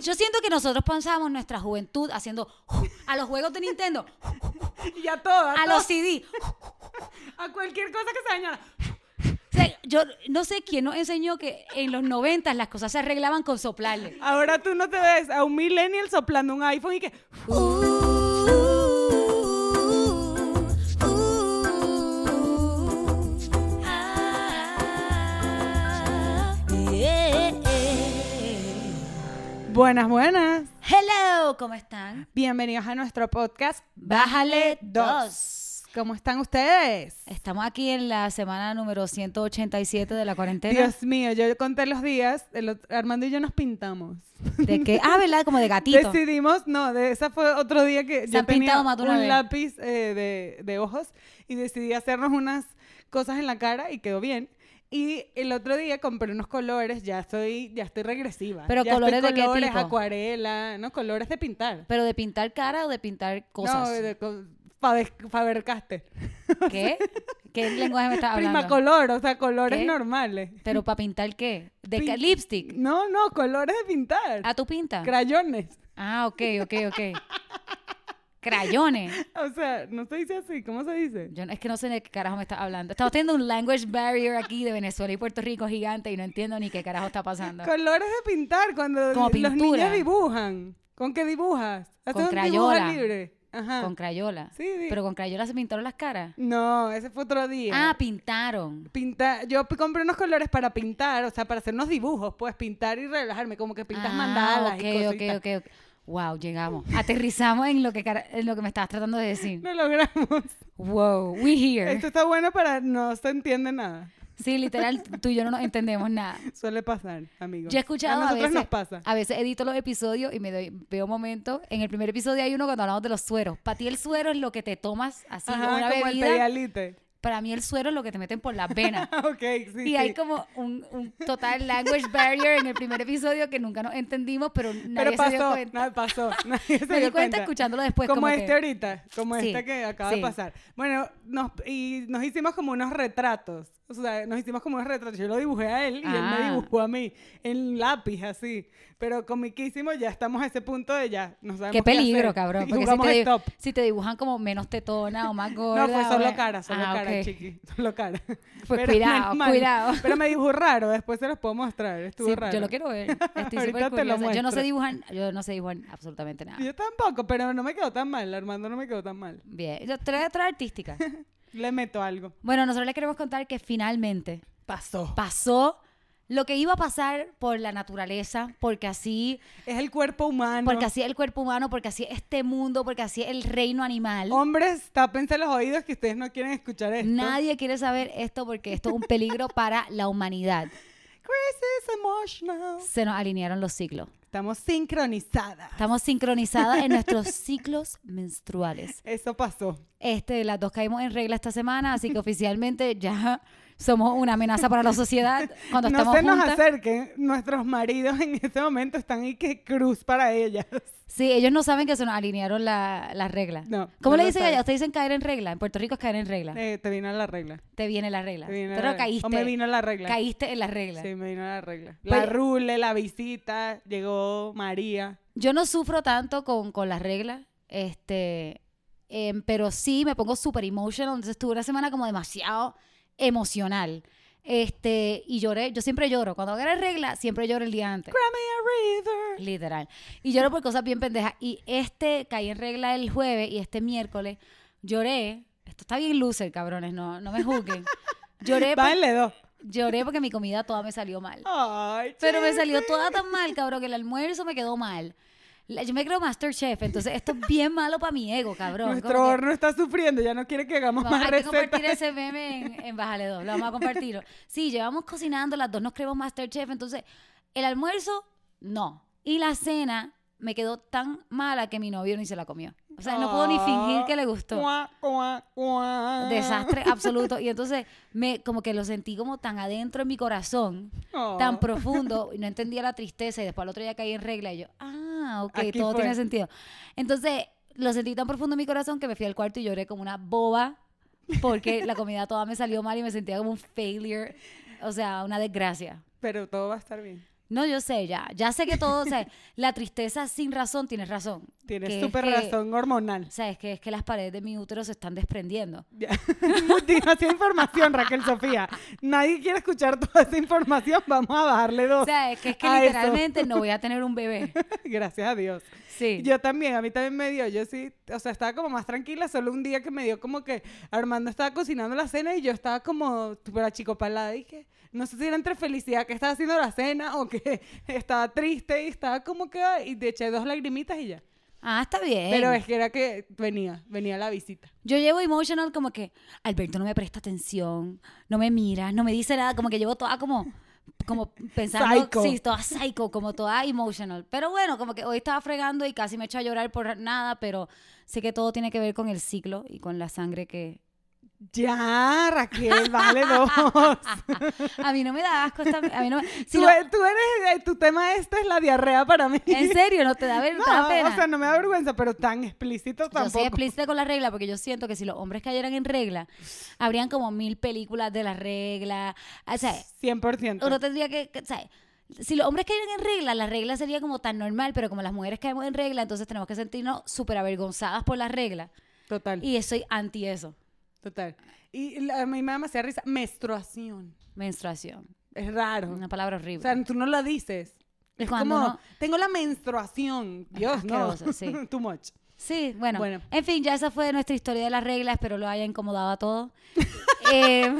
yo siento que nosotros pasamos nuestra juventud haciendo a los juegos de Nintendo, Y a todas. a los CD. A cualquier cosa que se dañara. O sea, yo no sé quién nos enseñó que en los 90 las cosas se arreglaban con soplarle. Ahora tú no te ves a un millennial soplando un iPhone y que. Buenas, buenas. Hello, ¿cómo están? Bienvenidos a nuestro podcast Bájale dos. ¿Cómo están ustedes? Estamos aquí en la semana número 187 de la cuarentena. Dios mío, yo conté los días. el otro- Armando y yo nos pintamos. De que, ah, ¿verdad? Como de gatito. Decidimos, no, de, esa fue otro día que Se yo han pintado tenía más de una un vez. lápiz eh, de, de ojos y decidí hacernos unas cosas en la cara y quedó bien. Y el otro día compré unos colores, ya estoy, ya estoy regresiva. Pero Ya estoy ¿colores de qué colores, tipo? acuarela, no, colores de pintar. Pero de pintar cara o de pintar cosas. No, de co- Faber- Faber-Castell. ¿Qué? ¿Qué lenguaje me estás hablando? Primacolor, o sea, colores ¿Qué? normales. Pero para pintar qué? ¿De Pin- qué? lipstick? No, no, colores de pintar. ¿A tu pinta? Crayones. ah, ok, ok, ok. Crayones. O sea, no se dice así, ¿cómo se dice? Yo no- es que no sé de qué carajo me estás hablando. Estamos teniendo un language barrier aquí de Venezuela y Puerto Rico gigante y no entiendo ni qué carajo está pasando. Colores de pintar cuando Como li- los pintura. niños dibujan. ¿Con qué dibujas? Haces Con un crayola. dibujo libre. Ajá. Con crayola. Sí, sí. Pero con crayola se pintaron las caras. No, ese fue otro día. Ah, pintaron. Pintar, yo p- compré unos colores para pintar, o sea, para hacer unos dibujos, pues pintar y relajarme, como que pintas Ah, mandalas y ok, cositas. ok, ok, ok. Wow, llegamos. Aterrizamos en lo que cara- en lo que me estabas tratando de decir. Lo logramos. Wow, we here. Esto está bueno para no se entiende nada. Sí, literal, tú y yo no nos entendemos nada. Suele pasar, amigos. Yo he escuchado a a, nosotros veces, nos pasa. a veces edito los episodios y me doy, veo momentos. En el primer episodio hay uno cuando hablamos de los sueros. Para ti el suero es lo que te tomas así Ajá, una como el bebida. pedialite. Para mí el suero es lo que te meten por las venas. Ah, ok, sí. Y hay sí. como un, un total language barrier en el primer episodio que nunca nos entendimos, pero nadie Pero se dio pasó, cuenta. nada, pasó. Nadie se Me di dio cuenta escuchándolo después. como, como que- este ahorita, como Sí, esta que acaba sí. de pasar. Bueno, nos, y nos hicimos como unos retratos. O sea, nos hicimos como unos retratos. Yo lo dibujé a él y él Ah. me dibujó a mí en lápiz, así. Pero comiquísimo, ya estamos a ese punto de ya. No sabemos Qué peligro, hacer. cabrón. Y Porque si jugamos te, di- stop. si te dibujan como menos tetona o más gorda. No, fue o solo una- cara, solo Ah, cara, ok. chiqui. Solo cara. Pues Pero cuidado, menos mal. cuidado. Pero me dibujó raro, después se los puedo mostrar. Estuvo Sí, raro. yo lo quiero ver. Estoy súper Ahorita te lo curiosa. Yo no sé muestro. dibujar, yo no sé dibujar absolutamente nada. Yo tampoco, pero no me quedó tan mal. Armando no me quedó tan mal. Bien, yo trae otra artística. Le meto algo. Bueno, nosotros les queremos contar que finalmente Pasó. pasó lo que iba a pasar por la naturaleza, porque así, es el cuerpo humano. porque así es el cuerpo humano, porque así es este mundo, porque así es el reino animal. Hombres, tápense los oídos que ustedes no quieren escuchar Oh, esto. Nadie quiere saber esto porque esto es un peligro para la humanidad. Crisis emotional. Se nos alinearon los ciclos. Estamos sincronizadas. Estamos sincronizadas en nuestros ciclos menstruales. Eso pasó. Este, las dos caímos en regla esta semana, así que oficialmente ya somos una amenaza para la sociedad cuando no estamos se nos juntas. acerquen. Nuestros maridos en este momento están y que cruz para ellas. Sí, ellos no saben que se nos alinearon la- las reglas. No, ¿Cómo no le lo dicen saben. allá? Ustedes dicen caer en regla. En Puerto Rico es caer en regla. Eh, te vino la regla. Te viene la regla. Te vino Pero la regla. caíste. O me vino la regla. Caíste en la regla. Sí, me vino la regla. La Pues- rule, la visita, llegó María. Yo no sufro tanto con, con las reglas, este, em, pero sí me pongo super emotional. Entonces tuve una semana como demasiado emocional. Este, y lloré, yo siempre lloro. Cuando agarré regla, siempre lloro el día antes. María River. Literal. Y lloro por cosas bien pendejas. Y este caí en regla el jueves y este miércoles lloré. Esto está bien loser, cabrones, no, no me juzguen. Lloré, por- Bájenle dos. lloré porque mi comida toda me salió mal. Ay, Pero me salió chiqui. toda tan mal, cabrón, que el almuerzo me quedó mal. La- yo me creo Masterchef, entonces esto es bien malo para mi ego, cabrón. Nuestro Como que- horno está sufriendo, ya no quiere que hagamos vamos- más hay que recetas. compartir ese meme en, en Bájale dos, lo vamos a compartirlo. Sí, llevamos cocinando, las dos nos creemos Masterchef, entonces el almuerzo, no. Y la cena me quedó tan mala que mi novio ni se la comió. O sea, no puedo ni fingir que le gustó. Cuá, cuá, cuá. Desastre absoluto. Y entonces me como que lo sentí como tan adentro en mi corazón Oh. tan profundo y no entendía la tristeza y después al otro día caí en regla y yo, ah, ok, Aquí todo fue. tiene sentido. Entonces lo sentí tan profundo en mi corazón que me fui al cuarto y lloré como una boba porque la comida toda me salió mal y me sentía como un failure, o sea, una desgracia. Pero todo va a estar bien. No, yo sé, ya. Ya sé que todo, o sea, la tristeza sin razón, tienes razón. Que Tienes es súper que- razón hormonal. O sea, es que es que las paredes de mi útero se están desprendiendo. Ya. Demasiada información, Raquel Sofía. Nadie quiere escuchar toda esa información. Vamos a bajarle dos. O sea, es que es que a eso. literalmente no voy a tener un bebé. Gracias a Dios. Sí. Yo también, a mí también me dio, yo sí, o sea, estaba como más tranquila, solo un día que me dio como que Armando estaba cocinando la cena y yo estaba como súper achicopalada, dije, no sé si era entre felicidad que estaba haciendo la cena o que estaba triste y estaba como que, ay, y te eché dos lagrimitas y ya. Ah, está bien. Pero es que era que venía, venía la visita. Yo llevo emotional como que Alberto no me presta atención, no me mira, no me dice nada, como que llevo toda como como pensando, Psycho. sí, toda psycho, como toda emotional. Pero bueno, como que hoy estaba fregando y casi me echo a llorar por nada, pero sé que todo tiene que ver con el ciclo y con la sangre que Ya, Raquel, vale dos. a mí no me da asco, esta- a mí no me- si tú, no- e- tú eres, eh, tu tema este es la diarrea para mí. en serio, no te da, ver- No, te da pena. o sea, no me da vergüenza, pero tan explícito Yo soy tampoco. explícita con la regla porque yo siento que si los hombres cayeran en regla, habrían como mil películas de la regla. O sea, 100%. uno tendría que, que, ¿sabes? Si los hombres cayeran en regla, la regla sería como tan normal, pero como las mujeres caemos en regla, entonces tenemos que sentirnos súper avergonzadas por la regla. Total. Y soy anti eso. Total. Y la- a mí me da demasiada risa. Menstruación. Menstruación. Es raro. Una palabra O horrible. sea, tú no la dices. Es Cuando como, uno- tengo la menstruación. Dios, no. asqueroso, sí. Too much. sí, bueno. bueno. En fin, ya esa fue nuestra historia de las reglas. Espero lo haya incomodado a todos. Eh,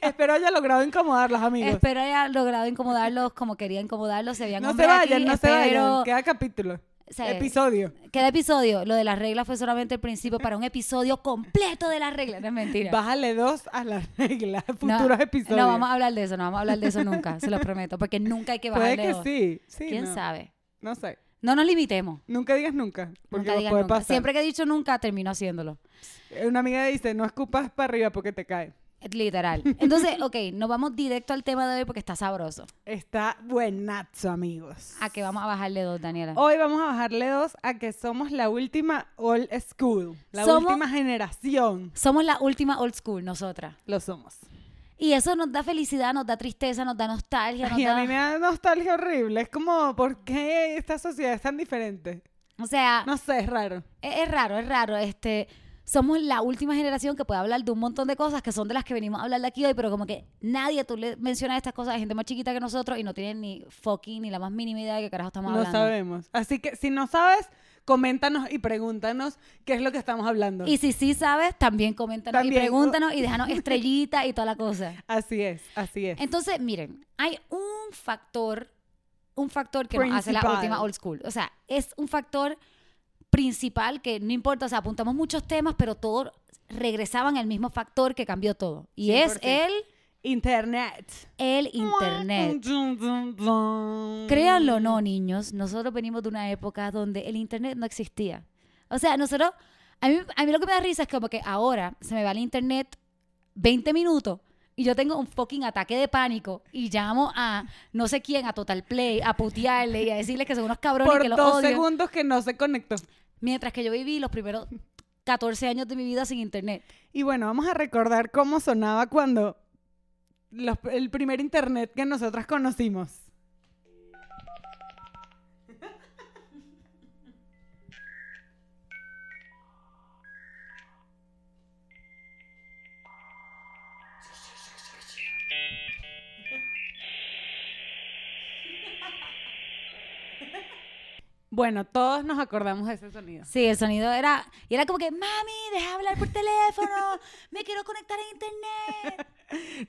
Espero haya logrado incomodarlas, amigos. espero haya logrado incomodarlos como quería incomodarlos. Se habían no se hombres aquí, vayan, no se espero- vayan. Queda capítulo. O sea, Episodio. Cada episodio, lo de las reglas fue solamente el principio para un episodio completo de las reglas. No es mentira. Bájale dos a la regla. No, Futuros episodios. No vamos a hablar de eso, no vamos a hablar de eso nunca, se lo prometo, porque nunca hay que Puede bajarle que dos. sí. sí ¿Quién no. sabe? No sé. No nos limitemos. Nunca digas nunca. Porque Nunca digas puede nunca. pasar. Siempre que he dicho nunca, termino haciéndolo. Una amiga dice, no escupas para arriba porque te cae. Literal. Entonces, ok, nos vamos directo al tema de hoy porque está sabroso. Está buenazo, amigos. ¿A que vamos a bajarle dos, Daniela? Hoy vamos a bajarle dos a que somos la última old school, la Somos- última generación. Somos la última old school, nosotras. Lo somos. Y eso nos da felicidad, nos da tristeza, nos da nostalgia, nos Y a da- mí me da nostalgia horrible. Es como, ¿por qué esta sociedad es tan diferente? O sea, No sé, es raro. Es, es raro, es raro. Este, somos la última generación que puede hablar de un montón de cosas que son de las que venimos a hablar de aquí hoy, pero como que nadie, tú le mencionas estas cosas a gente más chiquita que nosotros y no tienen ni fucking ni la más mínima idea de qué carajo estamos No hablando. sabemos. Así que si no sabes, coméntanos y pregúntanos qué es lo que estamos hablando. Y si sí sabes, también coméntanos y También. pregúntanos y déjanos estrellitas y toda la cosa. Así es, así es. Entonces, miren, hay un factor, un factor que nos hace la Principal. última old school. O sea, es un factor principal que no importa, o sea, apuntamos muchos temas, pero todos regresaban al mismo factor que cambió todo. Y es 100%. el, Internet. el internet. Mm. Créanlo o no, niños, nosotros venimos de una época donde el internet no existía. O sea, nosotros, a mí, a mí lo que me da risa es como que ahora se me va el internet 20 minutos y yo tengo un fucking ataque de pánico y llamo a no sé quién, a Total Play, a putearle y a decirles que son unos cabrones y Por que los dos odio. segundos que no se conectó. Mientras que yo viví los primeros 14 años de mi vida sin internet. Y bueno, vamos a recordar cómo sonaba cuando los- el primer internet que nosotras conocimos. Bueno, todos nos acordamos de ese sonido. Sí, el sonido era, y era como que, mami, deja hablar por teléfono, me quiero conectar a internet.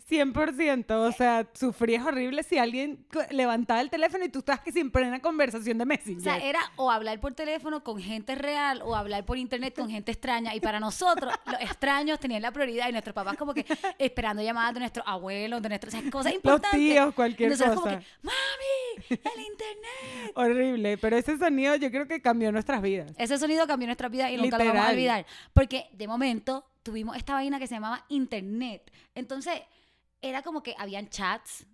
100%, o sea, sufrías horrible si alguien co- levantaba el teléfono y tú estabas que siempre en una conversación de O sea, eh, Messenger. era o hablar por teléfono con gente real o hablar por internet con gente extraña. Y para nosotros, los extraños tenían la prioridad y nuestros papás como que esperando llamadas de nuestros abuelos, de nuestros, o sea, cosas importantes. tíos, cualquier Y nosotros cosa. como que, ¡mami, el internet! horrible, pero ese sonido yo creo que cambió nuestras vidas. Ese sonido cambió nuestra vida y nunca lo vamos a Literal. olvidar. Porque de momento tuvimos esta vaina que se llamaba internet. Entonces, era como que habían chats,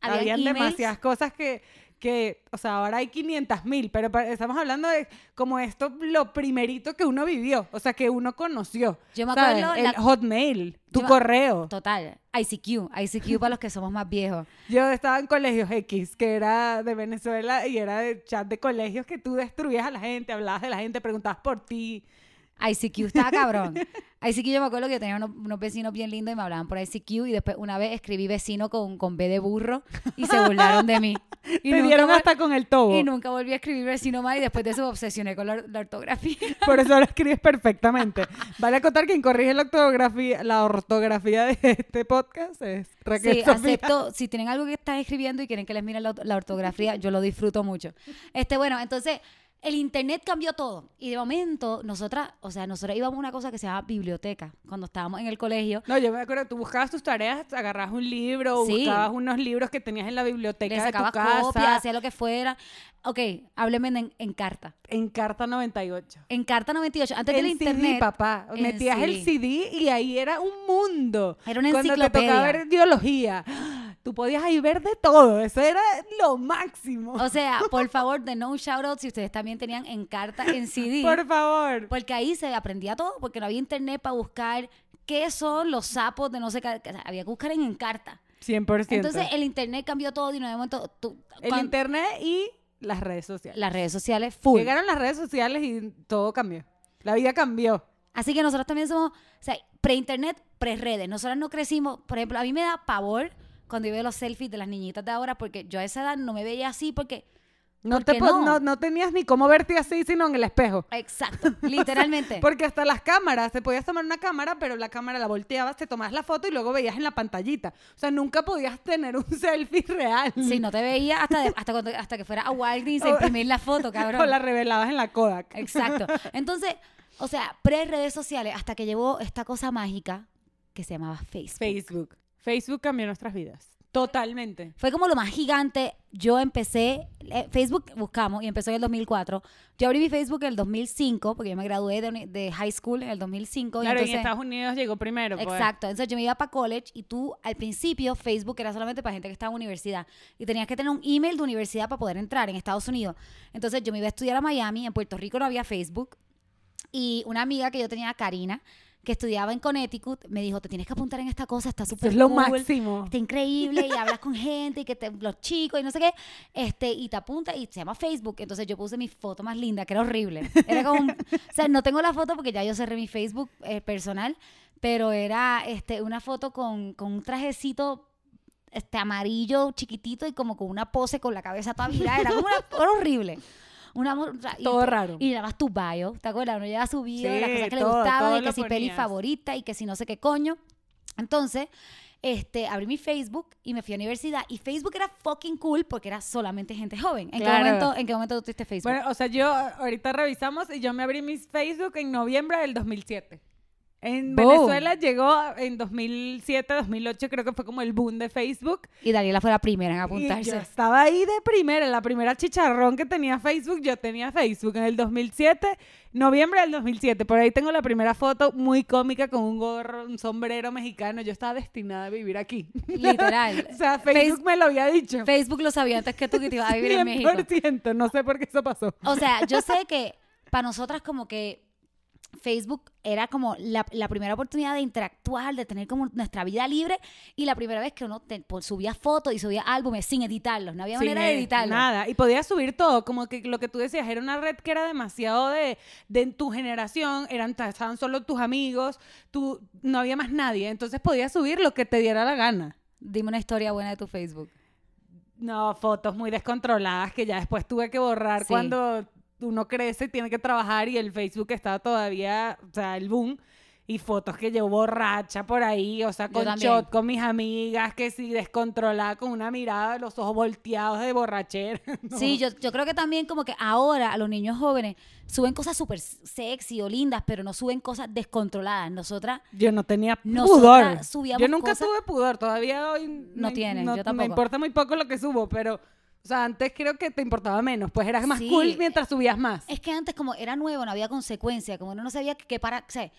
habían, Habían emails. demasiadas cosas que, que, o sea, ahora hay 500 mil, pero pa- estamos hablando de como esto, lo primerito que uno vivió, o sea, que uno conoció. Yo me ¿sabes? acuerdo El la- hotmail, tu Yo me- correo. Total, ICQ, ICQ para los que somos más viejos. Yo estaba en colegios X, que era de Venezuela y era de chat de colegios que tú destruías a la gente, hablabas de la gente, preguntabas por ti. ICQ estaba cabrón. ICQ yo me acuerdo que yo tenía unos, unos vecinos bien lindos y me hablaban por ICQ y después una vez escribí vecino con, con B de burro y se burlaron de mí. Y, Te nunca, dieron vol- hasta con el tobo. y nunca volví a escribir vecino más y después de eso me obsesioné con la, or- la ortografía. Por eso lo escribes perfectamente. Vale acotar quien corrige la ortografía, la ortografía de este podcast es Raquel Sí, Sofía. acepto, si tienen algo que están escribiendo y quieren que les mire la, or- la ortografía, yo lo disfruto mucho. Este, bueno, entonces... El internet cambió todo. Y de momento, nosotras, o sea, nosotras íbamos a una cosa que se llama biblioteca. Cuando estábamos en el colegio, No, yo me acuerdo, tú buscabas tus tareas, agarrabas un libro, Sí. buscabas unos libros que tenías en la biblioteca le de tu sacabas casa. copias, hacía lo que fuera. Ok, hábleme en, en carta. En Carta 98. En carta 98, antes del en internet. CD, papá. en Metías el CD y ahí era un mundo. Era una Cuando te tocaba enciclopedia. ver biología, tú podías ahí ver de todo. Eso era lo máximo. O sea, por favor, de no shout out si ustedes también tenían en carta, en CD. Por favor. porque ahí se aprendía todo, porque no había internet para buscar qué son los sapos de no sé qué. o sea, había que buscar en, en carta. 100%. Entonces, el internet cambió todo de un momento. tú- el cuan- internet y las redes sociales. las redes sociales, full. Llegaron las redes sociales y todo cambió. La vida cambió. Así que nosotros también somos, o sea, pre-internet, pre-redes. Nosotros no crecimos, por ejemplo, a mí me da pavor cuando yo veo los selfies de las niñitas de ahora, porque yo a esa edad no me veía así, porque, No, ¿Por te qué po- no? no- no tenías ni cómo verte así, sino en el espejo. exacto, literalmente. Porque hasta las cámaras, te podías tomar una cámara, pero la cámara la volteabas, te tomabas la foto y luego veías en la pantallita. O sea, nunca podías tener un selfie real. Sí, no te veía hasta, de- hasta, cuando- hasta que fuera a Walgreens a O- imprimir la foto, O cabrón. la revelabas en la Kodak. Exacto. Entonces, o sea, pre-redes sociales, hasta que llegó esta cosa mágica que se llamaba Facebook. Facebook. Facebook cambió nuestras vidas. Totalmente. Fue como lo más gigante. Yo empecé, eh, Facebook buscamos y empezó en el 2004. Yo abrí mi Facebook en el 2005, porque yo me gradué de, uni- de high school en el 2005. y Claro, y en entonces- Estados Unidos llegó primero. pues. Exacto, entonces yo me iba para college y tú al principio Facebook era solamente para gente que estaba en universidad y tenías que tener un email de universidad para poder entrar en Estados Unidos. Entonces yo me iba a estudiar a Miami, en Puerto Rico no había Facebook y una amiga que yo tenía, Karina, que estudiaba en Connecticut, me dijo, te tienes que apuntar en esta cosa, está Eso súper es lo cool, máximo. Está increíble y hablas con gente y que te- los chicos y no sé qué, este, y te apunta y se llama Facebook. Entonces yo puse mi foto más linda, que era horrible. Era como, un- o sea, no tengo la foto porque ya yo cerré mi Facebook eh, personal, pero era este, una foto con, con un trajecito este, amarillo chiquitito y como con una pose con la cabeza toda virada. Era como una, era horrible. Una, mo- ra- y Todo te- raro. Y nada más tu bio, ¿te acuerdas? Uno llevaba su bio, las Sí, cosas que todo, le todo gustaban, y lo que si peli ponías. favorita y que si no sé qué coño. Entonces, este, abrí mi Facebook y me fui a universidad. Y Facebook era fucking cool porque era solamente gente joven. ¿En, Claro. qué, momento, ¿en qué momento tú tuviste Facebook? Bueno, o sea, yo ahorita revisamos y yo me abrí mis Facebook en noviembre del 2007. En Boom. Venezuela llegó en 2007, 2008, creo que fue como el boom de Facebook. y Daniela fue la primera en Y yo apuntarse. estaba ahí de primera, en la primera chicharrón que tenía Facebook, yo tenía Facebook en el 2007, noviembre del 2007. Por ahí tengo la primera foto muy cómica con un gorro, un sombrero mexicano. Yo estaba destinada a vivir aquí. Literal. o sea, Facebook Face- me lo había dicho. Facebook lo sabía antes que tú que te ibas a vivir en México. 100%, no sé por qué eso pasó. O sea, yo sé que para nosotras como que Facebook era como la, la primera oportunidad de interactuar, de tener como nuestra vida libre y la primera vez que uno te- po- subía fotos y subía álbumes sin editarlos, no había Sin manera de ed- editarlos. Nada, y podías subir todo, como que lo que tú decías, era una red que era demasiado de, de tu generación, eran, estaban solo tus amigos, tú, no había más nadie, entonces podías subir lo que te diera la gana. Dime una historia buena de tu Facebook. No, fotos muy descontroladas que ya después tuve que borrar Sí. cuando uno crece, tiene que trabajar y el Facebook está todavía, o sea, el boom. Y fotos que yo borracha por ahí, o sea, Yo con también. shot, con mis amigas, que sí, descontrolada, con una mirada, los ojos volteados de borrachera. No. Sí, yo, yo creo que también como que ahora a los niños jóvenes suben cosas súper sexy o lindas, pero no suben cosas descontroladas. Nosotras Yo no tenía Nosotras pudor. subíamos Yo nunca cosas- tuve pudor, todavía hoy No tienes, yo Me tampoco. importa muy poco lo que subo, pero o sea, antes creo que te importaba menos, pues eras más Sí. cool mientras subías más. Es que antes como era nuevo, no había consecuencia, como uno no sabía que, que para, o sea,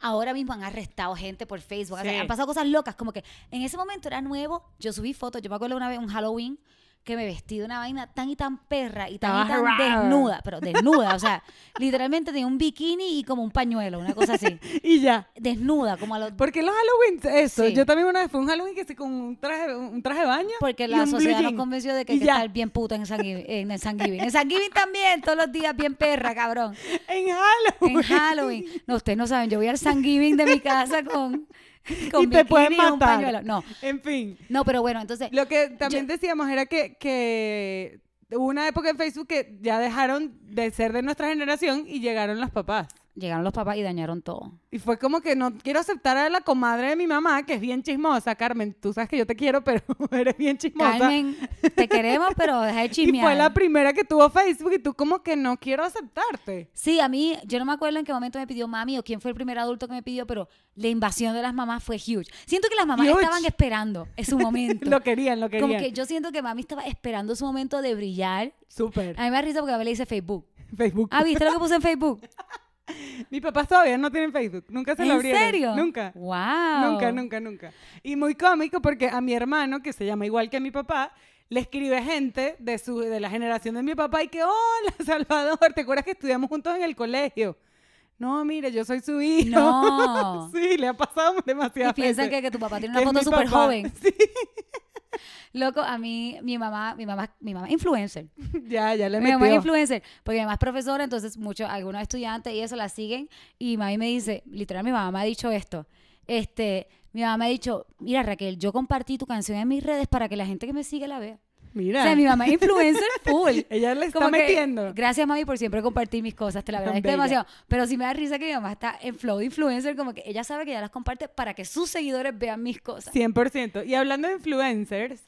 ahora mismo han arrestado gente por Facebook, o sea, Sí. han pasado cosas locas, como que en ese momento era nuevo, yo subí fotos, yo me acuerdo una vez un Halloween que me vestí de una vaina tan y tan perra y tan y tan Estabas rara. desnuda, pero desnuda, o sea, literalmente tenía un bikini y como un pañuelo, una cosa así. Y ya. Desnuda, como a los... Porque los Halloween, eso, Sí. yo también una vez fui a un Halloween que sí, con un traje, un traje de baño. Porque y la un blue sociedad nos jean. convenció de que Y hay que ya. estar bien puta en San Giving. En el San Giving. En San Giving también, todos los días bien perra, cabrón. En Halloween. En Halloween. No, ustedes no saben, yo voy al San Giving de mi casa con, con y te pueden bikini y matar. un pañuelo. No, En fin. no, pero bueno, entonces, Lo que también decíamos era que, que hubo una época en Facebook que ya dejaron de ser de nuestra generación y llegaron los papás. llegaron los papás y dañaron todo. Y fue como que no quiero aceptar a la comadre de mi mamá, que es bien chismosa, Carmen. Tú sabes que yo te quiero, pero eres bien chismosa. Carmen, te queremos, pero deja de y chismear. fue la primera que tuvo Facebook y tú como que no quiero aceptarte. Sí, a mí, yo no me acuerdo en qué momento me pidió mami o quién fue el primer adulto que me pidió, pero la invasión de las mamás fue huge. Siento que las mamás Huge. estaban esperando en su momento. Lo querían, lo querían. Como que yo siento que mami estaba esperando su momento de brillar. Súper. A mí me da risa porque a mí le dice Facebook. Facebook. Ah, ¿viste lo que puse en Facebook? Mis papás todavía no tienen Facebook. Nunca se lo ¿En abrieron. serio? Nunca. ¡Wow! Nunca, nunca, nunca. Y muy cómico porque a mi hermano, que se llama igual que mi papá, le escribe gente de, su, de la generación de mi papá y que, hola, Salvador, ¿te acuerdas que estudiamos juntos en el colegio? No, mire, yo soy su hijo. No. sí, le ha pasado demasiado. Y piensan que, que tu papá tiene una Que es foto mi súper papá. joven. Loco, a mí, mi mamá, mi mamá, mi mamá es influencer. ya, ya le Mi mamá es metió. influencer, porque mi mamá es profesora, entonces muchos, algunos estudiantes y eso la siguen. Y mami me dice, literal, mi mamá me ha dicho esto. Este, mi mamá me ha dicho, mira Raquel, yo compartí tu canción en mis redes para que la gente que me sigue la vea. Mira. O sea, mi mamá es influencer full. Ella le está Como que, metiendo. Gracias, mami, por siempre compartir mis cosas. Te la verdad es que Bella. demasiado. Pero sí me da risa que mi mamá está en flow de influencer, como que ella sabe que ya las comparte para que sus seguidores vean mis cosas. 100%. Y hablando de influencers,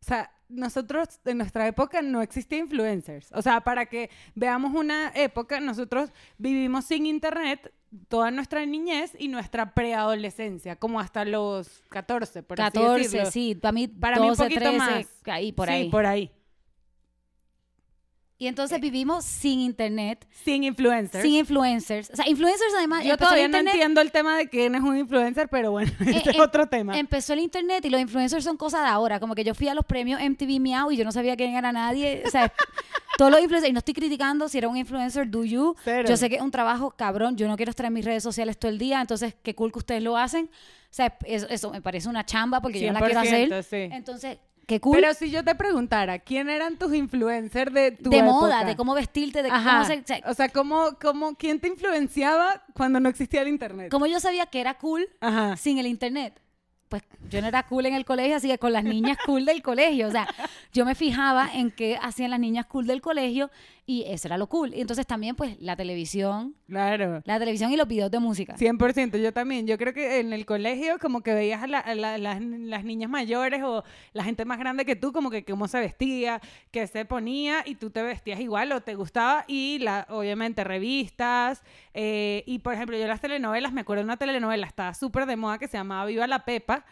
o sea, nosotros en nuestra época no existía influencers. O sea, para que veamos una época, nosotros vivimos sin internet toda nuestra niñez y nuestra preadolescencia, como hasta los 14, por así 14, decirlo. sí, para mí Para 12, mí un poquito 13, más. ahí, por Sí, ahí. por ahí. Y entonces vivimos sin internet, Sin influencers. sin influencers. O sea, influencers además... Yo empezó todavía el no internet, entiendo el tema de quién es un influencer, pero bueno, ese es em- otro tema. Empezó el internet y los influencers son cosas de ahora. Como que yo fui a los premios MTV Miau y yo no sabía quién era nadie. O sea, todos los influencers... Y no estoy criticando si era un influencer, do you. Cero. Yo sé que es un trabajo cabrón. Yo no quiero estar en mis redes sociales todo el día. Entonces, qué cool que ustedes lo hacen. O sea, eso, eso me parece una chamba porque yo no la quiero hacer. 100%, sí. Entonces, qué cool. Pero si yo te preguntara, ¿quién eran tus influencers de tu de época? moda, de cómo vestirte, de cómo Ajá. hacer... o sea, O sea, ¿cómo, cómo, ¿quién te influenciaba cuando no existía el internet? como yo sabía que era cool Ajá. sin el internet, pues yo no era cool en el colegio, así que con las niñas cool del colegio, o sea, yo me fijaba en qué hacían las niñas cool del colegio y eso era lo cool. Y entonces también pues la televisión, Claro. la televisión y los videos de música. 100%, yo también. Yo creo que en el colegio como que veías a, la- a la- las, las niñas mayores o la gente más grande que tú, como que cómo se vestía, qué se ponía y tú te vestías igual o te gustaba y la, obviamente revistas eh, y por ejemplo yo las telenovelas, me acuerdo de una telenovela, estaba súper de moda que se llamaba Viva la Pepa.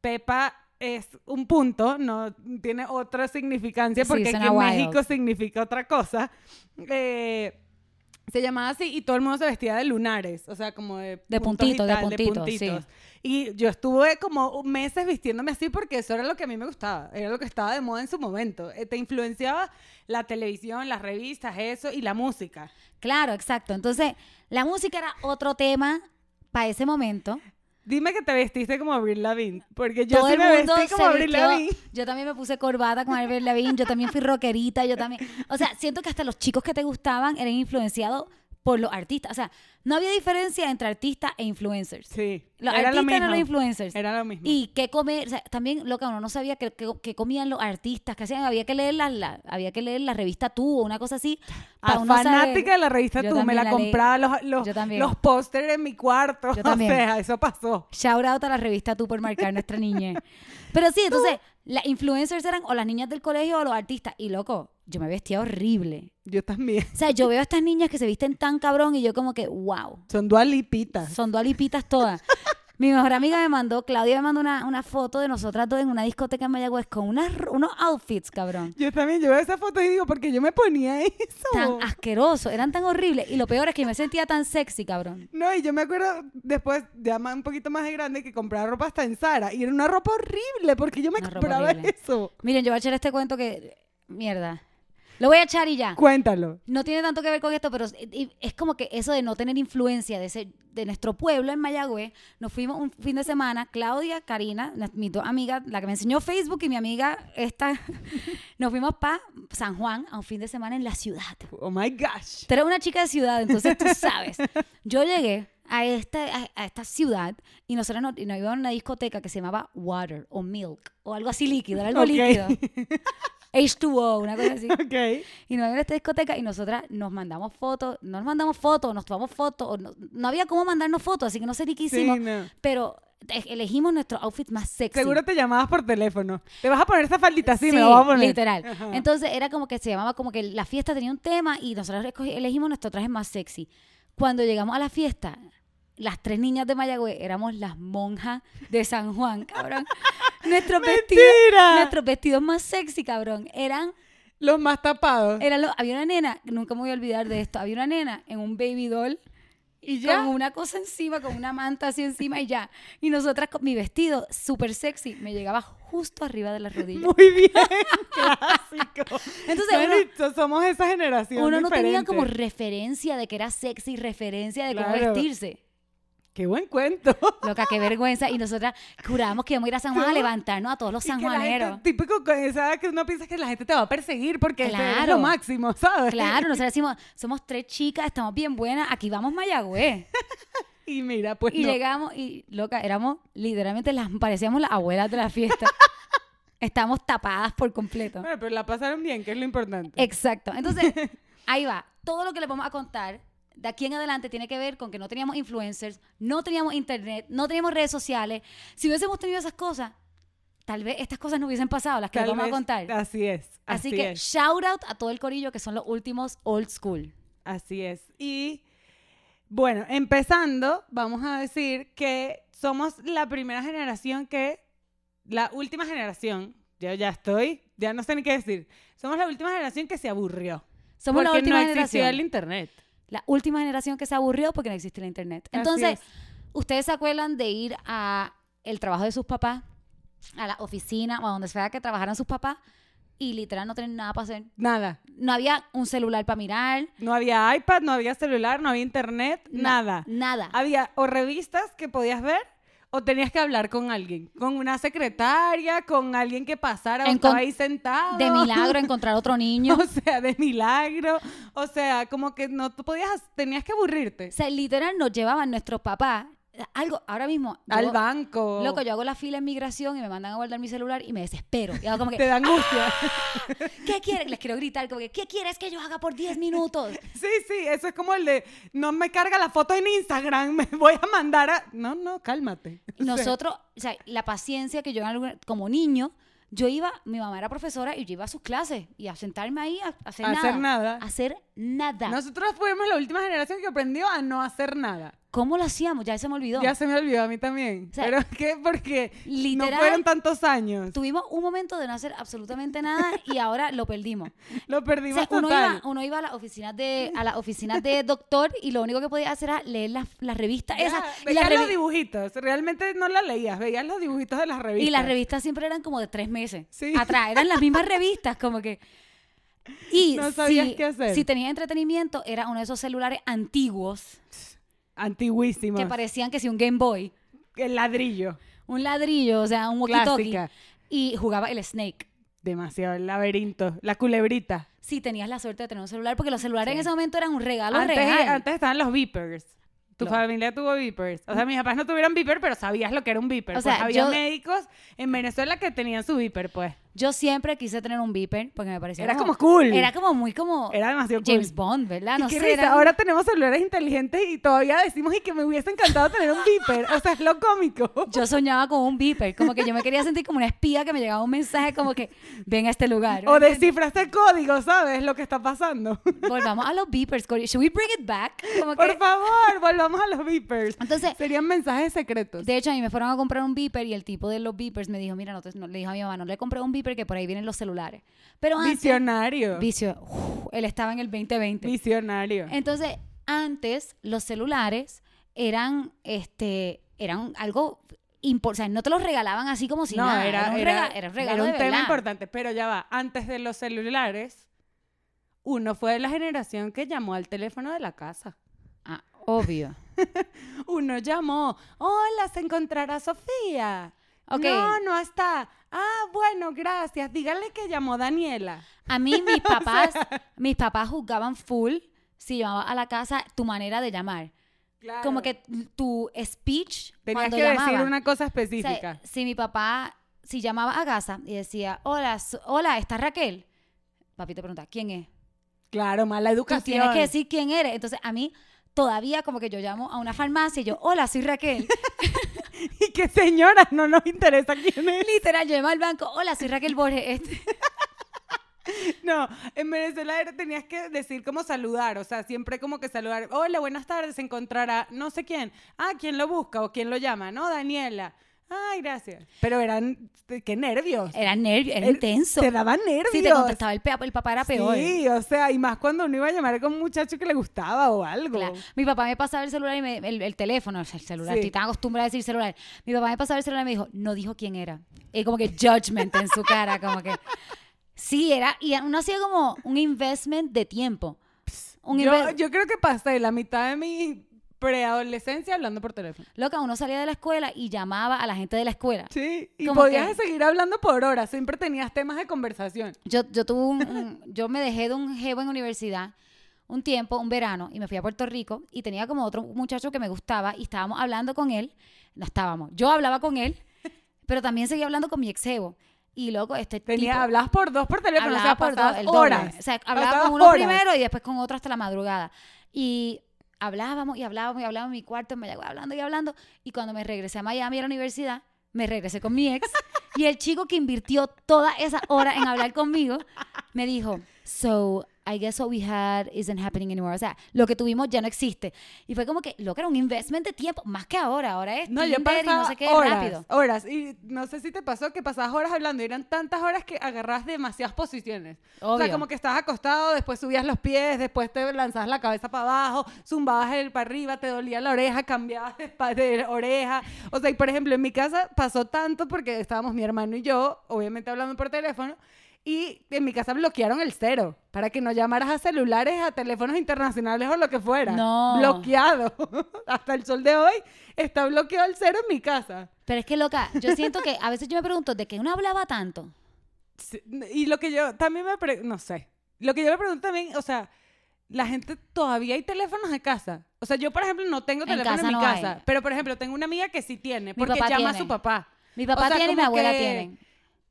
Pepa es un punto, no tiene otra significancia Sí, porque suena aquí en wild. México significa otra cosa. Eh, se llamaba así y todo el mundo se vestía de lunares, o sea, como de, De puntos y puntito, de tal, puntito, sí. Y yo estuve como meses vistiéndome así porque eso era lo que a mí me gustaba, era lo que estaba de moda en su momento. Eh, te influenciaba la televisión, las revistas, eso y la música. Claro, exacto. Entonces la música era otro tema para ese momento. Dime que te vestiste como Avril Lavigne, porque yo Todo sí el me mundo vestí como se Avril vistió- Lavigne. Yo también me puse corbata con Avril Lavigne, yo también fui rockerita, yo también. O sea, siento que hasta los chicos que te gustaban eran influenciados por los artistas. O sea, no había diferencia entre artistas e influencers. Sí, Los era lo artistas eran los mismo. influencers. Era lo mismo. Y qué comer, o sea, también lo que uno no sabía que, que- que comían los artistas, que hacían, había que leer la, la- había que leer la revista Tú o una cosa así. pa' Ah, uno saber. fanática de la revista Yo Tú, me también la, la leí. compraba los, los, Yo también. los pósteres en mi cuarto. Yo también. O sea, eso pasó. Shout out a la revista Tú por marcar nuestra niñez. Pero sí, entonces, las influencers eran o las niñas del colegio o los artistas. Y loco, yo me vestía horrible. Yo también. O sea, yo veo a estas niñas que se visten tan cabrón y yo como que, wow, Son dualipitas. son dualipitas todas. Mi mejor amiga me mandó, Claudia me mandó una, una foto de nosotras dos en una discoteca en Mayagüez con unas, r- unos outfits, cabrón. Yo también, yo veo esa foto y digo, porque yo me ponía eso. Tan ah. asquerosos, eran tan horribles. Y lo peor es que me sentía tan sexy, cabrón. No, y yo me acuerdo después, ya más- un poquito más de grande, que compraba ropa hasta en Zara. Y era una ropa horrible, porque yo me Una ropa compraba horrible. eso. Miren, yo voy a echar este cuento que. Mierda. Lo voy a echar y ya. Cuéntalo. No tiene tanto que ver con esto, pero es- y- es como que eso de no tener influencia de, ese, de nuestro pueblo en Mayagüez. Nos fuimos un fin de semana, Claudia, Karina, na- mis dos amigas, la que me enseñó Facebook y mi amiga esta, nos fuimos para San Juan a un fin de semana en la ciudad. Oh my gosh. Tú eres una chica de ciudad, entonces tú sabes. Yo llegué a esta, a, a esta ciudad y nosotros nos, y nos íbamos a una discoteca que se llamaba Water o Milk o algo así líquido, era algo Ok. líquido. H2O, una cosa así. Ok. Y nos iban a esta discoteca y nosotras nos mandamos fotos, no nos mandamos fotos, nos tomamos fotos, o no, no había cómo mandarnos fotos, así que no sé ni qué Sí, hicimos, no. pero e- elegimos nuestro outfit más sexy. Seguro te llamabas por teléfono. Te vas a poner esa faldita así, me Sí, la voy a poner. literal. Ajá. Entonces era como que se llamaba como que la fiesta tenía un tema y nosotros escogí- elegimos nuestro traje más sexy. Cuando llegamos a la fiesta, las tres niñas de Mayagüez éramos las monjas de San Juan, cabrón. Nuestros vestidos, ¡Mentira! nuestros vestidos más sexy, cabrón, eran Los más tapados. era lo- había una nena, nunca me voy a olvidar de esto, había una nena en un baby doll y ya. con una cosa encima, con una manta así encima y ya. Y nosotras con mi vestido súper sexy me llegaba justo arriba de las rodillas. Muy bien, clásico. Entonces, uno- Manito, somos esa generación Uno no tenía diferente. como referencia de que era sexy, referencia de cómo Claro. vestirse. Qué buen cuento. Loca, qué vergüenza. Y nosotras jurábamos que íbamos a ir a San Juan a levantarnos a todos los Y que la gente- sanjuaneros. Típico con esa edad que uno piensa que la gente te va a perseguir porque este es lo Claro. máximo, ¿sabes? Claro, nosotros decimos, somos tres chicas, estamos bien buenas, aquí vamos Mayagüez. Y mira, pues Y no. llegamos y, loca, éramos literalmente las, parecíamos las abuelas de la fiesta. Estábamos tapadas por completo. Bueno, pero la pasaron bien, que es lo importante. Exacto. Entonces, ahí va. Todo lo que le vamos a contar de aquí en adelante tiene que ver con que no teníamos influencers, no teníamos internet, no teníamos redes sociales. Si hubiésemos tenido esas cosas, tal vez estas cosas no hubiesen pasado, las que Tal les vamos vez- a contar. Así es. Así, Así, que es. shout out a todo el corillo que son los últimos old school. Así es. Y bueno, empezando, vamos a decir que somos la primera generación que, la última generación, yo ya estoy, ya no sé ni qué decir, somos la última generación que se aburrió. Somos la porque última no existía generación. el internet. La última generación que se aburrió porque no existe el internet. Así Entonces, es. ustedes se acuerdan de ir a el trabajo de sus papás, a la oficina o a donde sea que trabajaran sus papás y literal no tenían nada para hacer. Nada. no había un celular para mirar. No había iPad, no había celular, no había internet, na- nada. Nada. Había o revistas que podías ver o tenías que hablar con alguien, con una secretaria, con alguien que pasara o En estaba con- ahí sentado. De milagro encontrar otro niño. O sea, de milagro. O sea, como que no tú podías, tenías que aburrirte. O sea, literal nos llevaban nuestros papás algo. Ahora mismo. yo- Al banco. Loco, yo hago la fila en migración y me mandan a guardar mi celular y me desespero. Y hago como Te que, ¡Ah! da angustia. ¿qué quieres? Les quiero gritar, como que, ¿qué quieres que yo haga por 10 minutos? Sí, sí, eso es como el de no me carga la foto en Instagram, me voy a mandar a. No, no, cálmate. O sea, Nosotros, o sea, la paciencia que yo en algún- como niño, yo iba, mi mamá era profesora y yo iba a sus clases y a sentarme ahí a, a hacer A nada. hacer nada. A hacer nada. Nosotros fuimos la última generación que aprendió a no hacer nada. ¿Cómo lo hacíamos? Ya se me olvidó. Ya se me olvidó a mí también. O sea, Pero es que porque no literal, fueron tantos años. tuvimos un momento de no hacer absolutamente nada y ahora lo perdimos. Lo O perdimos sea, uno total. iba, uno iba a las oficinas de a las oficinas de doctor y lo único que podía hacer era leer las las revistas Ya, esas y veías las, los revi- dibujitos. Realmente no la leías, veías los dibujitos de las revistas. y las revistas siempre eran como de tres meses Sí. atrás eran las mismas revistas como que y No sabías si, qué hacer. si tenías entretenimiento era uno de esos celulares antiguos Antiguísimos. que parecían que si un Game Boy El ladrillo. un ladrillo o sea un walkie-talkie Clásica. y jugaba el Snake Demasiado el laberinto. La culebrita. si tenías la suerte de tener un celular porque los celulares Sí. en ese momento eran un regalo Antes, real antes estaban los beepers. Tu Lo- familia tuvo beepers. O sea, mis papás no tuvieron beeper, pero sabías lo que era un beeper. O pues sea, había yo- médicos en Venezuela que tenían su beeper, pues. Yo siempre quise tener un beeper porque me parecía Era como cool. Pues, Era como muy como Era demasiado cool. James Bond, ¿verdad? Y No qué sé. risa, era- ahora tenemos celulares inteligentes y todavía decimos y que me hubiese encantado tener un beeper. O sea, es lo cómico. Yo soñaba con un beeper, como que yo me quería sentir como una espía que me llegaba un mensaje como que ven a este lugar. O descifraste el código, ¿sabes? Lo que está pasando. Volvamos a los beepers, Cory. Should we bring it back? Como que- Por favor, volvamos a los beepers. Entonces, Serían mensajes secretos. De hecho, a mí me fueron a comprar un beeper y el tipo de los beepers me dijo, mira, no, te- no- le dijo a mi mamá, no le compré un beeper que por ahí vienen los celulares. Pero antes, Visionario. vicio, uf, él estaba en el 2020. Visionario. Entonces, antes los celulares eran, este, eran algo importante, no te los regalaban así como si no, nada. era, un era, rega- era un regalo era un de tema verdad. importante, pero ya va. Antes de los celulares, uno fue de la generación que llamó al teléfono de la casa. Ah, obvio. Uno llamó, hola, se encontrará Sofía. Ok. No, no está. Ah, bueno, gracias. Dígale que llamó Daniela. A mí mis papás, mis papás juzgaban full si llamaba a la casa tu manera de llamar. Claro. Como que tu speech tenías cuando que llamaba. decir una cosa O sea, específica. si mi papá, si llamaba a casa y decía, hola, so- hola, ¿está Raquel? Papi te pregunta, ¿quién es? claro, mala Tú educación. tienes que decir quién eres. Entonces, a mí todavía como que yo llamo a una farmacia y yo, hola, soy Raquel. Y que señora, no nos interesa quién es. Literal, yo llamo al banco, hola, soy Raquel Borges. Este- No, en Venezuela era- tenías que decir como saludar, o sea, siempre como que saludar. Hola, buenas tardes, se encontrará no sé quién. Ah, ¿quién lo busca o quién lo llama? No, Daniela. Ay, gracias. Pero eran, qué nervios. Era nervio, era Er- intenso. Te daban nervios. Si te contestaba el, pe- el papá era peor. Sí, o sea, y más cuando uno iba a llamar con un muchacho que le gustaba o algo. Claro. Mi papá me pasaba el celular y me, el, el teléfono, o sea, el celular, Sí. estoy tan acostumbrada a decir celular. Mi papá me pasaba el celular y me dijo, no dijo quién era. Y como que judgment en su cara, como que. Sí, era, y uno hacía como un investment de tiempo. Un Yo, inve- yo creo que pasé la mitad de mi preadolescencia hablando por teléfono. Loca, uno salía de la escuela y llamaba a la gente de la escuela. Sí, y Como podías que- seguir hablando por horas, siempre tenías temas de conversación. Yo, yo tuve un, un- yo me dejé de un jevo en universidad un tiempo, un verano, y me fui a Puerto Rico y tenía como otro muchacho que me gustaba y estábamos hablando con él, no estábamos, yo hablaba con él, pero también seguía hablando con mi ex jevo. Y loco, este Tenía, tipo, hablabas por dos por teléfono, hablaba o sea, por pasabas dos, el doble. horas. O sea, hablaba Pasabas con uno horas. primero y después con otro hasta la madrugada. Y hablábamos y hablábamos y hablábamos en mi cuarto en Mayagüez, hablando y hablando. Y cuando me regresé a Miami a la universidad, me regresé con mi ex. y el chico que invirtió toda esa hora en hablar conmigo me dijo, so... I guess what we had isn't happening anymore. O sea, lo que tuvimos ya no existe. Y fue como que, lo que era un investment de tiempo, más que ahora. Ahora es No, yo Tinder y pasaba no sé qué, horas, rápido. horas. Y no sé si te pasó que pasabas horas hablando. y Eran tantas horas que agarrabas demasiadas posiciones. O sea, Obvio. como que estabas acostado, después subías los pies, después te lanzabas la cabeza para abajo, zumbabas el para arriba, te dolía la oreja, cambiabas de, pa- de oreja. O sea, y por ejemplo, en mi casa pasó tanto porque estábamos mi hermano y yo, obviamente hablando por teléfono. Y en mi casa bloquearon el cero para que no llamaras a celulares, a teléfonos internacionales o lo que fuera. No. Bloqueado. Hasta el sol de hoy está bloqueado el cero en mi casa. Pero es que, loca, yo siento que a veces yo me pregunto, ¿de qué uno hablaba tanto? Sí, Y lo que yo también me pregunto, no sé, lo que yo me pregunto también, o sea, la gente todavía hay teléfonos de casa. O sea, yo, por ejemplo, no tengo En teléfono en, casa mi no casa, hay. pero por ejemplo, tengo una amiga que sí tiene, porque papá llama a tiene. su papá. Mi papá O sea, tiene y mi como abuela que tienen.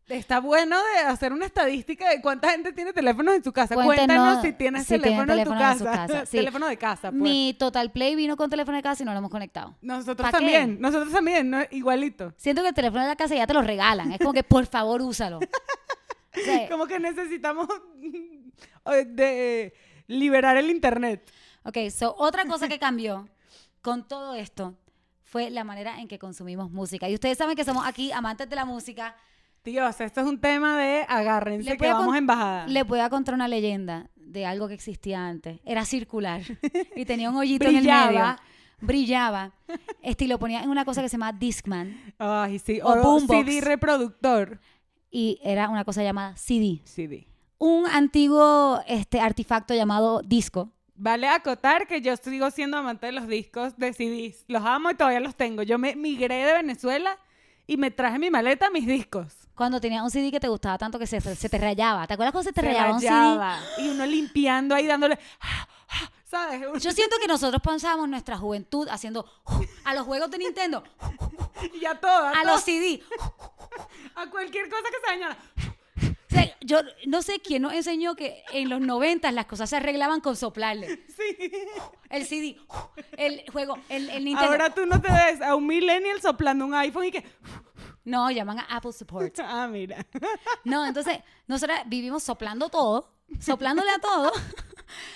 Está bueno de hacer una estadística de cuánta gente tiene teléfonos en su casa. Cuéntenos Cuéntanos si tienes si tienen teléfono en tu teléfonos en su casa. casa, sí. Teléfono de casa, pues. Mi Total Play vino con teléfono de casa y no lo hemos conectado. Nosotros ¿Pa qué? también, nosotros también, ¿no? igualito. Siento que el teléfono de la casa ya te lo regalan. Es como que, por favor, úsalo. O sea, Como que necesitamos eh, de liberar el internet. ok, so, otra cosa que cambió con todo esto fue la manera en que consumimos música. Y ustedes saben que somos aquí amantes de la música. Dios, esto es un tema de agárrense Les que voy a vamos con- a embajada. Les voy a contar una leyenda de algo que existía antes. Era circular y tenía un hoyito en el medio. Brillaba. Brillaba. Este, y lo ponía en una cosa que se llama Discman. Ay, sí. O O, boombox. CD reproductor. y era una cosa llamada CD. CD. Un antiguo este, artefacto llamado disco. Vale acotar que yo sigo siendo amante de los discos de CDs. Los amo y todavía los tengo. Yo me migré de Venezuela y me traje en mi maleta mis discos. Cuando tenías un CD que te gustaba tanto que se, se te rayaba. ¿Te acuerdas cuando se te Se rayaba, un rayaba. Y uno limpiando ahí dándole... ¿Sabes? CD? Yo siento que nosotros pasábamos nuestra juventud haciendo a los juegos de Nintendo, Y a todo. A, a todo. los CD. a cualquier cosa que se dañara. yo no sé quién nos enseñó que en los 90 las cosas se arreglaban con soplarle. Sí. El CD, el juego, el, el Nintendo. Ahora tú no te ves a un millennial soplando un iPhone y que. No, llaman a Apple Support. Ah, mira. No, entonces, nosotras vivimos soplando todo, soplándole a todo,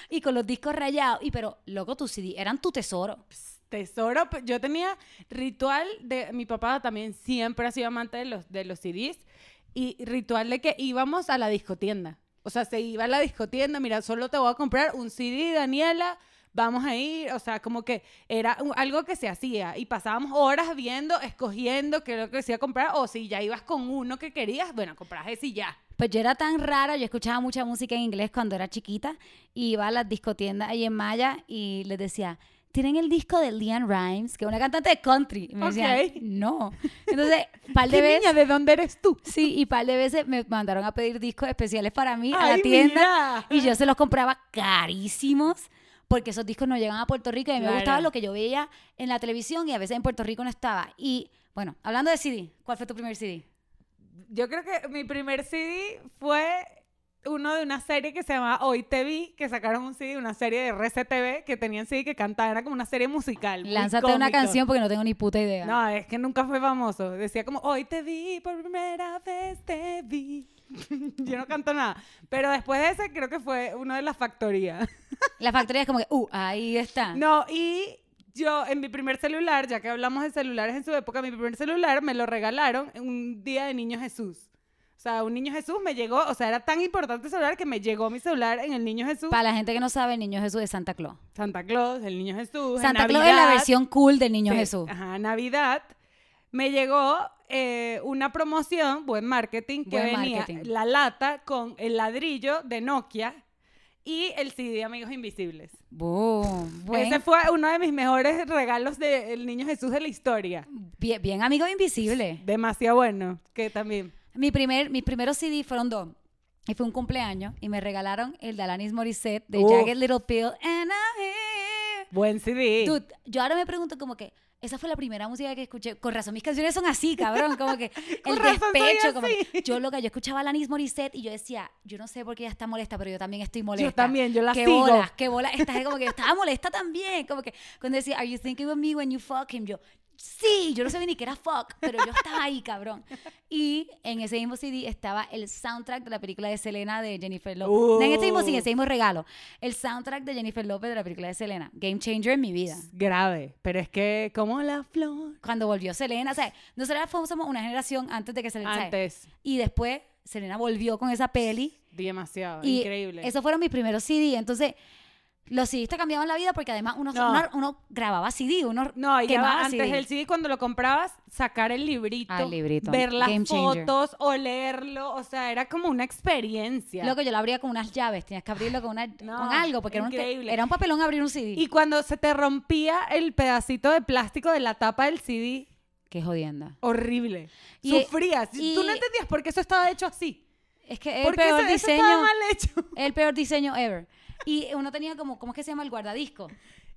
y con los discos rayados. Y pero, loco, tus CD eran tu tesoro. Tesoro. pues, Yo tenía ritual de. Mi papá también siempre ha sido amante de los, de los CDs. Y ritual de que íbamos a la discotienda. O sea, se iba a la discotienda. Mira, solo te voy a comprar un CD, Daniela. Vamos a ir. O sea, como que era un- algo que se hacía. Y pasábamos horas viendo, escogiendo qué es lo que se iba a comprar. O si ya ibas con uno que querías, bueno, compras ese y ya. Pues yo era tan rara, yo escuchaba mucha música en inglés cuando era chiquita, y iba a las discotiendas ahí en Maya y les decía, ¿tienen el disco de Leanne Rimes? Que es una cantante de country. Y me decían, Ok. no. Entonces, par de ¿Qué veces. niña, de dónde eres tú? Sí, y par de veces me mandaron a pedir discos especiales para mí a Ay, la tienda mira. y yo se los compraba carísimos porque esos discos no llegaban a Puerto Rico y a mí Claro. me gustaba lo que yo veía en la televisión y a veces en Puerto Rico no estaba. Y bueno, hablando de CD, ¿cuál fue tu primer CD? Yo creo que mi primer CD fue uno de una serie que se llamaba Hoy Te Vi, que sacaron un CD, una serie de RCTV que tenían CD que cantaba, era como una serie musical. muy Lánzate una cómico. canción porque no tengo ni puta idea. No, es que nunca fue famoso. Decía como, hoy te vi, por primera vez te vi. Yo no canto nada. Pero después de ese, creo que fue uno de las factorías. La factoría es como que, uh, ahí está. No, y yo en mi primer celular, ya que hablamos de celulares en su época, mi primer celular me lo regalaron en un día de Niño Jesús. O sea, un Niño Jesús me llegó, o sea, era tan importante el celular que me llegó mi celular en el Niño Jesús. Para la gente que no sabe, el niño Jesús es Santa Claus. Santa Claus, el Niño Jesús. en Santa Claus es la Navidad. versión cool del niño Sí, Jesús. Ajá, Navidad. Me llegó eh, una promoción, buen marketing, que Buen venía marketing. la lata con el ladrillo de Nokia y el CD Amigos Invisibles. Boom. Buen- Ese fue uno de mis mejores regalos del Niño Jesús de la historia. bien, bien amigo invisible. Demasiado bueno, que también. Mi primer, mis primeros CD fueron dos. Y fue un cumpleaños y me regalaron el de Alanis Morissette de Uf. Jagged Little Pill and I'm here. Buen CD. Dude, yo ahora me pregunto como que esa fue la primera música que escuché. Con razón, mis canciones son así, cabrón. Como que Con el razón soy despecho. Como así. que yo loca, yo escuchaba a Alanis Morissette y yo decía, yo no sé por qué ella está molesta, pero yo también estoy molesta. Yo también, yo la qué sigo. bolas, qué bolas. Estás como que yo estaba molesta también. Como que cuando decía, are you thinking of me when you fuck him? Yo, sí, yo no sabía ni qué era fuck, pero yo estaba ahí, cabrón. Y en ese mismo CD estaba el soundtrack de la película de Selena de Jennifer Lopez. No, en ese mismo CD, ese mismo regalo. El soundtrack de Jennifer Lopez de la película de Selena. Game changer en mi vida Grave, pero es que como la flor. cuando volvió Selena, o sea, nosotros fuimos somos una generación antes de que Selena ¿sabes? Antes, y después Selena volvió con esa peli demasiado, y Ah, increíble. esos fueron mis primeros CD, entonces los CDs te cambiaban la vida porque además uno, No. uno, uno grababa CD, uno No, y ya va, quemaba antes CD. el CD cuando lo comprabas, sacar el librito, Ah, el librito. ver las Game changer. fotos, olerlo, o sea, era como una experiencia. Loco, yo lo abría con unas llaves, tenías que abrirlo con, una, No, con algo, porque era un, increíble. era un papelón abrir un CD. y cuando se te rompía el pedacito de plástico de la tapa del CD, Qué jodienda. horrible. Y- Sufrías. y- Tú no entendías por qué eso estaba hecho así. Es que el Porque eso, peor eso diseño, estaba mal hecho. el peor diseño ever. Y uno tenía como, ¿cómo es que se llama? El guardadisco.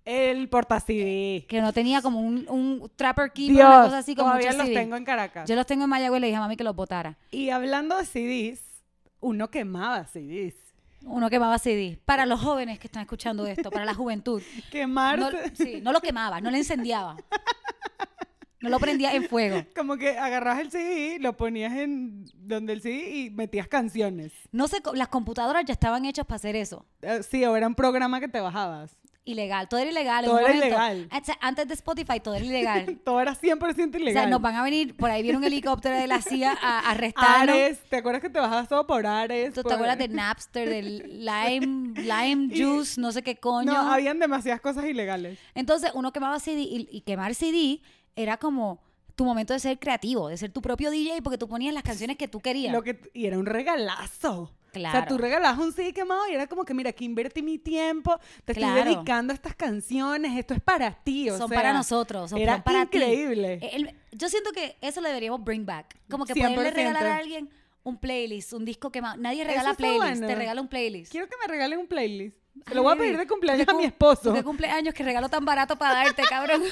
El porta CD. Que uno tenía como un, un trapper keeper, una Dios, cosa así, con todavía muchos los CD. tengo en Caracas. Yo los tengo en Mayagüez, le dije a mami que los botara. Y hablando de CDs, uno quemaba CDs. Uno quemaba CD. Para los jóvenes que están escuchando esto, para la juventud. Quemar, No, sí, no lo quemaba, no lo incendiaba. No lo prendía en fuego. Como que agarrabas el CD, lo ponías en donde el CD y metías canciones. No sé, co- las computadoras ya estaban hechas para hacer eso. Eh, Sí, o era un programa que te bajabas. Ilegal, todo era ilegal. en Todo un era momento. ilegal. O sea, Antes de Spotify, todo era ilegal. Todo era 100% O sea, ilegal. nos van a venir, por ahí viene un helicóptero de la CIA a arrestarnos. Ares, ¿te acuerdas que te bajabas todo por Ares? ¿Tú te por- acuerdas de Napster, del Lime, Lime Y- Juice, no sé qué coño? No, habían demasiadas cosas ilegales. Entonces, uno quemaba CD y, y quemar CD era como tu momento de ser creativo, de ser tu propio DJ, porque tú ponías las canciones que tú querías. Lo que t- y era un regalazo. O sea, Claro. tú regalabas un CD quemado y era como que, mira, aquí invertí mi tiempo, te Claro. estoy dedicando a estas canciones, esto es para ti, o son sea, para nosotros, son era son para ti. increíble. Eh, el- yo siento que eso lo deberíamos bring back. Como que 100%. poderle regalar a alguien un playlist, un disco quemado. Nadie regala está playlist, te bueno. regala un playlist. Quiero que me regalen un playlist. Se Ay, lo voy a baby, pedir de cumpleaños tú a que mi cum- esposo. tú que cumpleaños que regalo tan barato para darte, cabrón.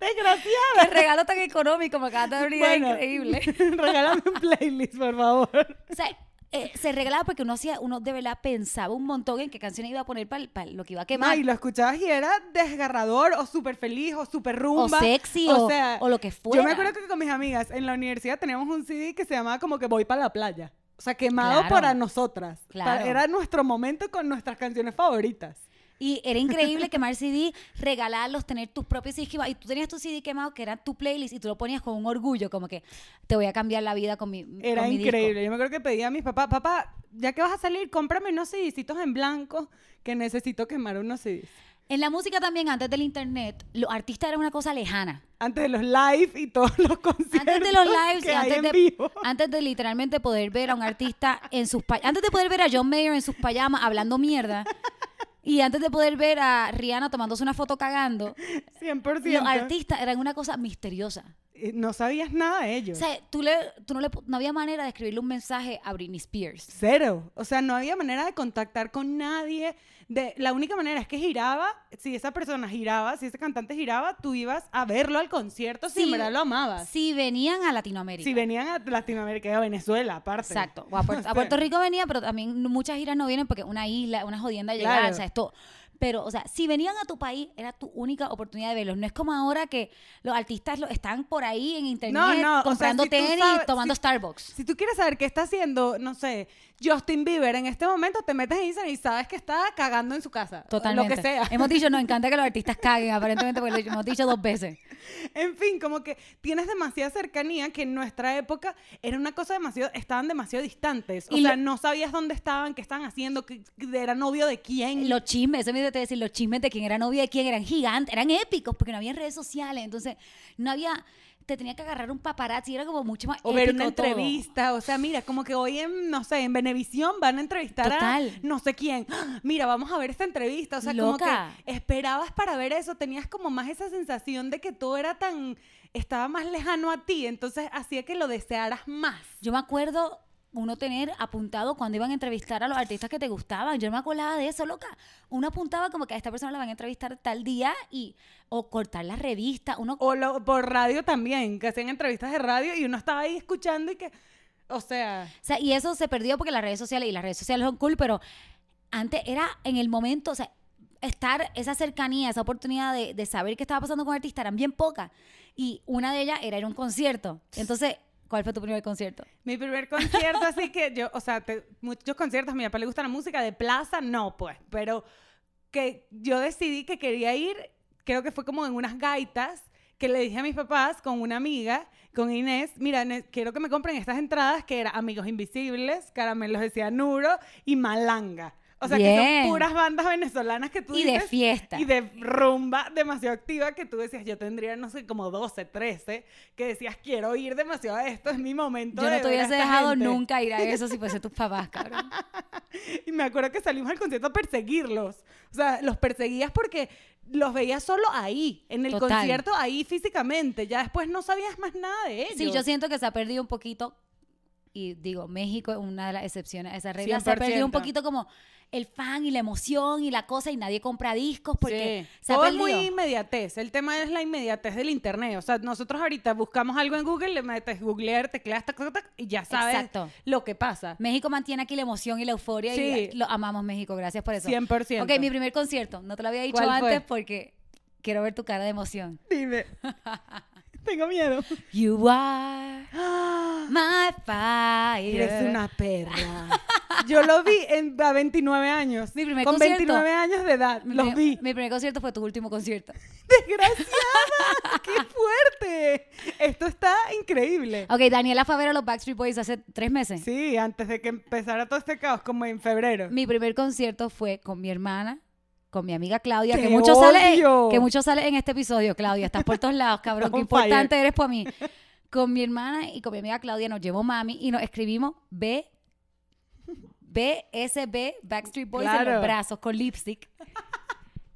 Desgraciada. Qué regalo tan económico me acabas de abrir, Bueno. increíble. Regálame un playlist, por favor. O sea, eh, se regalaba porque uno hacía, uno de verdad pensaba un montón en qué canción iba a poner para lo que iba a No, quemar. y lo escuchabas y era desgarrador o súper feliz o súper rumba. O sexy, o- o lo que Yo me fuera. acuerdo que con mis amigas en la universidad teníamos un CD que se llamaba como que Voy para la playa. O sea, quemado Claro. para nosotras. Pa- Claro. Era nuestro momento con nuestras canciones favoritas. Y era increíble quemar CD, regalarlos, tener tus propios CDs quemados. Y tú tenías tu CD quemado, que era tu playlist, y tú lo ponías con un orgullo, como que te voy a cambiar la vida con mi. Era con mi disco". increíble. Yo me acuerdo que pedía a mis papás, papá, ya que vas a salir, cómprame unos CDcitos en blanco que necesito quemar unos CDs. En la música también, antes del internet, los artistas eran una cosa lejana. Antes de los live y todos los conciertos. Antes de los lives, que y hay antes, en de, vivo. antes de literalmente poder ver a un artista en sus pa- antes de poder ver a John Mayer en sus payamas hablando mierda y antes de poder ver a Rihanna tomándose una foto cagando, 100%. los artistas eran una cosa misteriosa. Eh, No sabías nada de O ellos. sea, tú le, tú no le, pu- no había manera de escribirle un mensaje a Britney Spears. Cero. O sea, no había manera de contactar con nadie. De, la única manera es que giraba, si esa persona giraba, si ese cantante giraba, tú ibas a verlo al concierto si en Sí. verdad lo amabas. Si venían a Latinoamérica. Si venían a Latinoamérica y a Venezuela, aparte. Exacto. O a, Puerto, a Puerto Rico venía, pero también muchas giras no vienen porque una isla, una jodienda llegada, Claro. o sea, esto. Pero, o sea, si venían a tu país, era tu única oportunidad de verlos. No es como ahora que los artistas lo, están por ahí en internet No, no, o sea, comprando si tú tenis sabes- y tomando si- Starbucks. Si tú quieres saber qué está haciendo, no sé, Justin Bieber en este momento, te metes en Instagram y sabes que está cagando en su casa. Totalmente. Lo que sea. Hemos dicho, nos encanta que los artistas caguen, aparentemente, porque lo hemos dicho dos veces. En fin, como que tienes demasiada cercanía que en nuestra época era una cosa demasiado, estaban demasiado distantes. O Y sea, lo- no sabías dónde estaban, qué estaban haciendo, qué- qué- era novio de quién. Los chismes, eso me iba a decir, los chismes de quién era novia de quién eran gigantes, eran épicos porque no había redes sociales, entonces no había, te tenía que agarrar un paparazzi, era como mucho más o ver una épico todo. entrevista, o sea, mira, como que hoy en, no sé, en Venevisión van a entrevistar a Total. no sé quién. ¡Ah! Mira, vamos a ver esta entrevista, o sea, Loca. como que esperabas para ver eso, tenías como más esa sensación de que todo era tan, estaba más lejano a ti, entonces hacía que lo desearas más. Yo me acuerdo uno tener apuntado cuando iban a entrevistar a los artistas que te gustaban. Yo no me acordaba de eso, loca. Uno apuntaba como que a esta persona la van a entrevistar tal día y o cortar la revista. Uno O lo- por radio también, que hacían entrevistas de radio y uno estaba ahí escuchando y que, o sea, O sea, y eso se perdió porque las redes sociales, y las redes sociales son cool, pero antes era en el momento, o sea, estar esa cercanía, esa oportunidad de, de saber qué estaba pasando con artistas eran bien pocas. Y una de ellas era ir a un concierto. Entonces, ¿cuál fue tu primer concierto? mi primer concierto, así que yo, o sea, te- muchos conciertos, a mi papá le gusta la música, de plaza, no, pues, pero que yo decidí que quería ir, creo que fue como en unas gaitas, que le dije a mis papás con una amiga, con Inés, mira, ne- quiero que me compren estas entradas que era Amigos Invisibles, Caramelos de Cianuro y Malanga. O sea, que Bien. son puras bandas venezolanas que tú Y de dices, fiesta. Y de rumba demasiado activa que tú decías, yo tendría, no sé, como 12, 13, que decías, quiero ir demasiado a esto, es mi momento. Yo de no te ver a hubiese esta dejado gente". nunca ir a eso si fuese tus papás, cabrón. Y me acuerdo que salimos al concierto a perseguirlos. O sea, los perseguías porque los veías solo ahí, en el Total. concierto, ahí físicamente. Ya después no sabías más nada de ellos. Sí, yo siento que se ha perdido un poquito. Y digo, México es una de las excepciones a esa regla. Se ha perdido un 100%. poquito como el fan y la emoción y la cosa y nadie compra discos porque Sí. se ha Todo es perdido. muy inmediatez. El tema es la inmediatez del internet. O sea, nosotros ahorita buscamos algo en Google, le metes googlear, tecleas, tac, tac, tac, y ya sabes Exacto. lo que pasa. México mantiene aquí la emoción y la euforia Sí. y lo amamos México, gracias por eso. 100%. Ok, mi primer concierto, no te lo había dicho ¿Cuál fue? antes porque quiero ver tu cara de emoción. Dime. Tengo miedo. You are my fire. Eres una perra. Yo lo vi en, a 29 años. Mi primer Con concierto. 29 años de edad. Mi Los primer- vi. Mi primer concierto fue tu último concierto. ¡Desgraciada! ¡Qué fuerte! Esto está increíble. Ok, Daniela fue a ver a los Backstreet Boys hace tres meses. Sí, antes de que empezara todo este caos, como en febrero. Mi primer concierto fue con mi hermana, con mi amiga Claudia, ¡Te que mucho sale, odio! que mucho sale en este episodio, Claudia, estás por todos lados, cabrón, qué On fire. importante eres para mí. Con mi hermana y con mi amiga Claudia nos llevó mami y nos escribimos B BSB Backstreet Boys en Claro. los brazos con lipstick.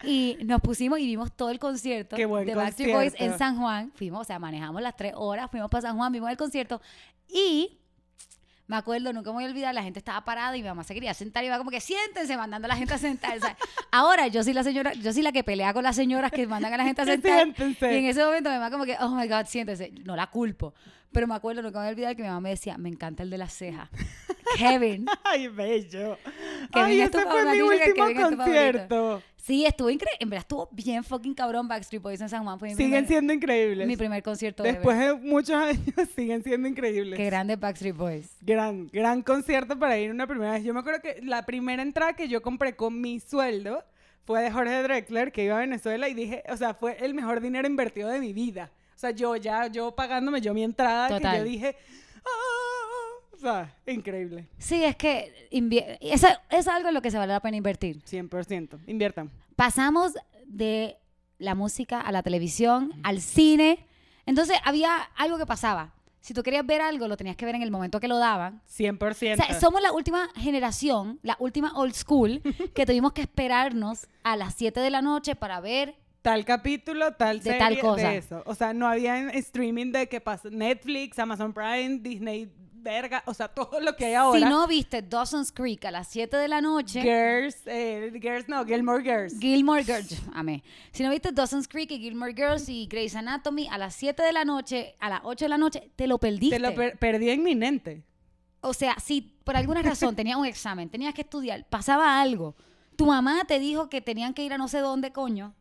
Y nos pusimos y vimos todo el concierto Qué buen de Backstreet Boys concierto. en San Juan. Fuimos, o sea, manejamos las tres horas, fuimos para San Juan, vimos el concierto y Me acuerdo, nunca me voy a olvidar, la gente estaba parada y mi mamá se quería sentar y iba como que siéntense mandando a la gente a sentar. o sea, Ahora yo soy la señora, yo soy la que pelea con las señoras que mandan a la gente a sentar. Siéntense. Y en ese momento mi mamá como que, oh my God, siéntense. No la culpo. Pero me acuerdo, nunca me voy a olvidar que mi mamá me decía, me encanta el de las cejas. Kevin. Ay, bello. Que Ay, venga ese tu fue mi favorito, que último venga tu concierto. Sí, estuvo increíble. En verdad estuvo bien fucking cabrón Backstreet Boys en San Juan. Fue mi Siguen primer- siendo increíbles. mi primer concierto de Después de muchos años siguen siendo increíbles. Qué grande Backstreet Boys. Gran, gran concierto para ir una primera vez. Yo me acuerdo que la primera entrada que yo compré con mi sueldo fue de Jorge Drexler, que iba a Venezuela, y dije, o sea, fue el mejor dinero invertido de mi vida. O sea, yo ya, yo pagándome yo mi entrada, que Total. yo dije, "Ah", o sea, increíble, Sí, es que invie- eso- es algo en lo que se vale la pena invertir. 100%. Inviertan. Pasamos de la música a la televisión, al cine. Entonces había algo que pasaba. Si tú querías ver algo, lo tenías que ver en el momento que lo daban. 100%. O sea, somos la última generación, la última old school, que tuvimos que esperarnos a las 7 de la noche para ver tal capítulo, tal De serie, tal cosa. de eso. O sea, no había en streaming de que pasa Netflix, Amazon Prime, Disney, verga, o sea, todo lo que hay ahora. Si no viste Dawson's Creek a las 7 de la noche, Girls, eh, Girls no, Gilmore Girls. Gilmore Girls, amé. Si no viste Dawson's Creek y Gilmore Girls y Grey's Anatomy a las 7 de la noche, a las 8 de la noche, te lo perdiste. Te lo per- perdí en mi mente. o sea, si por alguna razón tenías un examen, tenías que estudiar, pasaba algo, tu mamá te dijo que tenían que ir a no sé dónde, coño,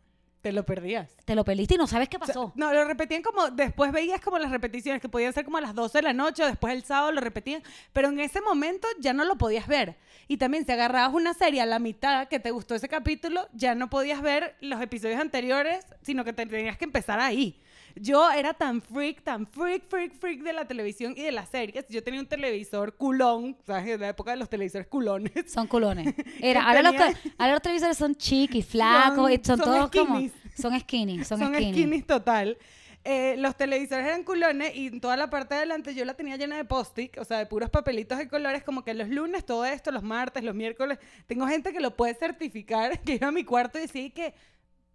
Te lo perdías. te lo perdiste y no sabes qué O sea, pasó. no, lo repetían como, después veías como las repeticiones, que podían ser como a las 12 de la noche, o después el sábado lo repetían, pero en ese momento ya no lo podías ver. Y también si agarrabas una serie a la mitad que te gustó ese capítulo, ya no podías ver los episodios anteriores, sino que te tenías que empezar ahí. Yo era tan freak, tan freak, freak, freak de la televisión y de las series. Yo tenía un televisor culón, ¿sabes? De la época de los televisores culones. Son culones. Era, ahora, los, tenía- ahora los televisores son chiquis, flacos, y son, son todos skinnies. como... Son skinny, son, son skinny. skinnies, total. Eh, los televisores eran culones y toda la parte de adelante yo la tenía llena de post-it, o sea, de puros papelitos de colores, como que los lunes todo esto, los martes, los miércoles. Tengo gente que lo puede certificar, que iba a mi cuarto y decía que,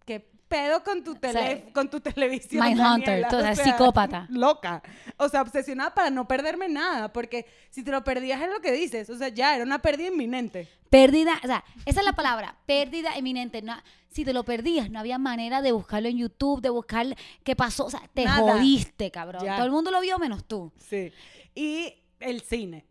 que pedo con tu, tele, sea, con tu televisión. Mindhunter, Daniela", tú, o o sea, sea, psicópata. Loca. O sea, obsesionada para no perderme nada, porque si te lo perdías es lo que dices, o sea, ya era una pérdida inminente. Pérdida, o sea, esa es la palabra, pérdida eminente. No, si te lo perdías, no había manera de buscarlo en YouTube, de buscar qué pasó. O sea, te Nada. jodiste, cabrón. Ya. Todo el mundo lo vio menos tú, Sí. Y el cine.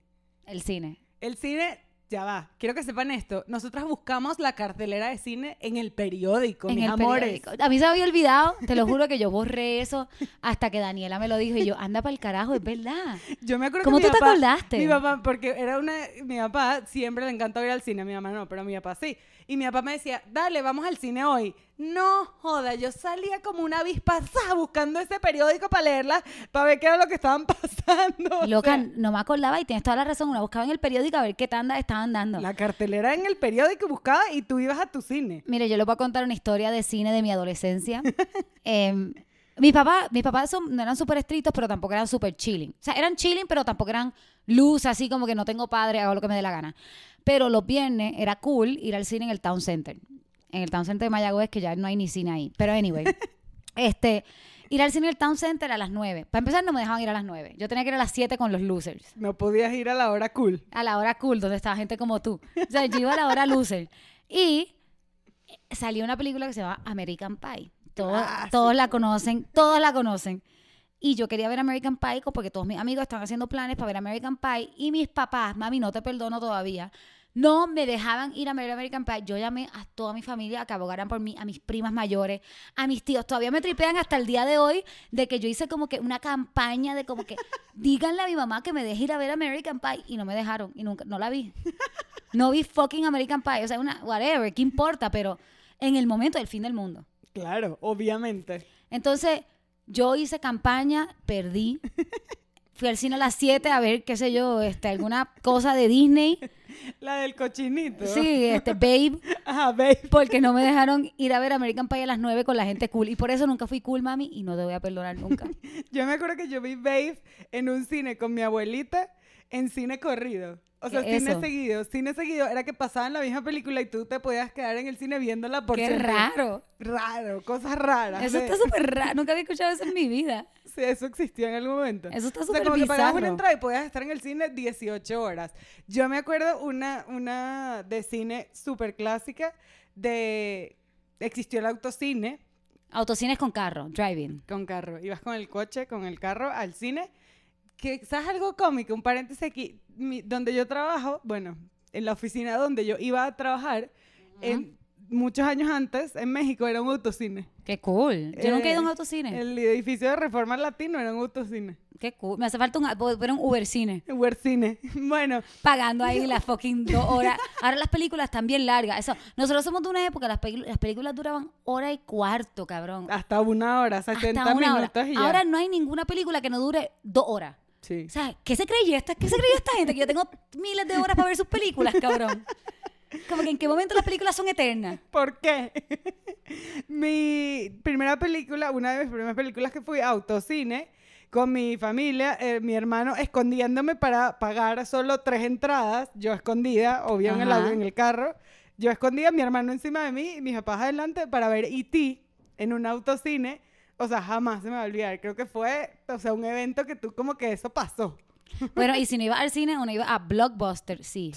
el cine. El cine, ya va. Quiero que sepan esto. Nosotras buscamos la cartelera de cine en el periódico, mis el amores. periódico. A mí se me había olvidado, te lo juro que yo borré eso hasta que Daniela me lo dijo y yo, anda para el carajo, es verdad. Yo me acuerdo ¿Cómo que mi tú te papá- acordaste? Mi papá, porque era una. Mi papá siempre le encantó ir al cine, a mi mamá no, pero a mi papá sí. Y mi papá me decía, dale, vamos al cine hoy. No joda, yo salía como una avispa ¡za! buscando ese periódico para leerla, para ver qué era lo que estaban pasando. o Loca, sea, no me acordaba y tienes toda la razón. Una buscaba en el periódico a ver qué tanda estaban dando. la cartelera en el periódico y buscaba y tú ibas a tu cine. Mire, yo les voy a contar una historia de cine de mi adolescencia. Em, mis papás, mis papás son- no eran súper estrictos, pero tampoco eran súper chilling. O sea, eran chilling, pero tampoco eran luz, así como que no tengo padre, hago lo que me dé la gana. Pero los viernes era cool ir al cine en el Town Center. En el Town Center de Mayagüez, que ya no hay ni cine ahí. Pero anyway, este, ir al cine en el Town Center a las 9. Para empezar, no me dejaban ir a las 9. Yo tenía que ir a las 7 con los losers No podías ir a la hora cool. a la hora cool, donde estaba gente como tú. O sea, yo iba a la hora loser. Y salió una película que se llama American Pie. Todo- Clásico. todos la conocen, todos la conocen. Y yo quería ver American Pie co- porque todos mis amigos estaban haciendo planes para ver American Pie y mis papás, mami, no te perdono todavía, no me dejaban ir a ver American Pie. Yo llamé a toda mi familia a que abogaran por mí, a mis primas mayores, a mis tíos. Todavía me tripean hasta el día de hoy de que yo hice como que una campaña de como que díganle a mi mamá que me deje ir a ver American Pie y no me dejaron y nunca, no la vi. No vi fucking American Pie, o sea, una, whatever, ¿qué importa? Pero en el momento del fin del mundo. Claro, obviamente. Entonces, yo hice campaña, perdí. Fui al cine a las 7 a ver, qué sé yo, este, alguna cosa de Disney. La del cochinito. Sí, este, Babe, Ajá, babe. porque no me dejaron ir a ver American Pie a las 9 con la gente cool. Y por eso nunca fui cool, mami, y no te voy a perdonar nunca. Yo me acuerdo que yo vi Babe en un cine con mi abuelita en cine corrido. O sea, ¿Qué es cine eso? seguido. Cine seguido era que pasaban la misma película y tú te podías quedar en el cine viéndola por Qué siempre. raro. Raro, cosas raras. Eso de- está súper raro. Nunca había escuchado eso en mi vida. Sí, eso existió en algún momento. Eso está O sea, súper como que pagabas una bizarro. entrada y podías estar en el cine 18 horas. Yo me acuerdo una, una de cine súper clásica de... Existió el autocine Autocines con carro, driving. con carro. Ibas con el coche, con el carro al cine. Que, ¿Sabes algo cómico? Un paréntesis aquí. Mi- donde yo trabajo, bueno, en la oficina donde yo iba a trabajar, en- muchos años antes, en México, era un autocine. Qué cool. Yo nunca he ido a un Eh, autocine. El edificio de Reforma Latino era un autocine. Qué cool. Me hace falta un, ver un Ubercine. Ubercine. Bueno, Pagando ahí las fucking dos horas. Ahora las películas están bien largas. Eso, nosotros somos de una época, las, peli- las películas duraban hora y cuarto, cabrón. hasta una hora, Hasta 70 una hora. Ah, minutos y ya. Ahora no hay ninguna película que no dure dos horas. Sí. O sea, ¿qué se creyó esta, qué se creyó esta gente? Que yo tengo miles de horas para ver sus películas, cabrón. Como que en qué momento las películas son eternas. ¿Por qué? mi primera película, una de mis primeras películas que fui a autocine con mi familia, eh, mi hermano escondiéndome para pagar solo tres entradas, yo escondida, obvio en el, Ajá. au- en el carro, yo escondida, mi hermano encima de mí y mis papás adelante para ver E.T. en un autocine. O sea, jamás se me va a olvidar. Creo que fue, o sea, un evento que tú como que eso pasó. Bueno, y si no iba al cine, uno iba a Blockbuster, sí.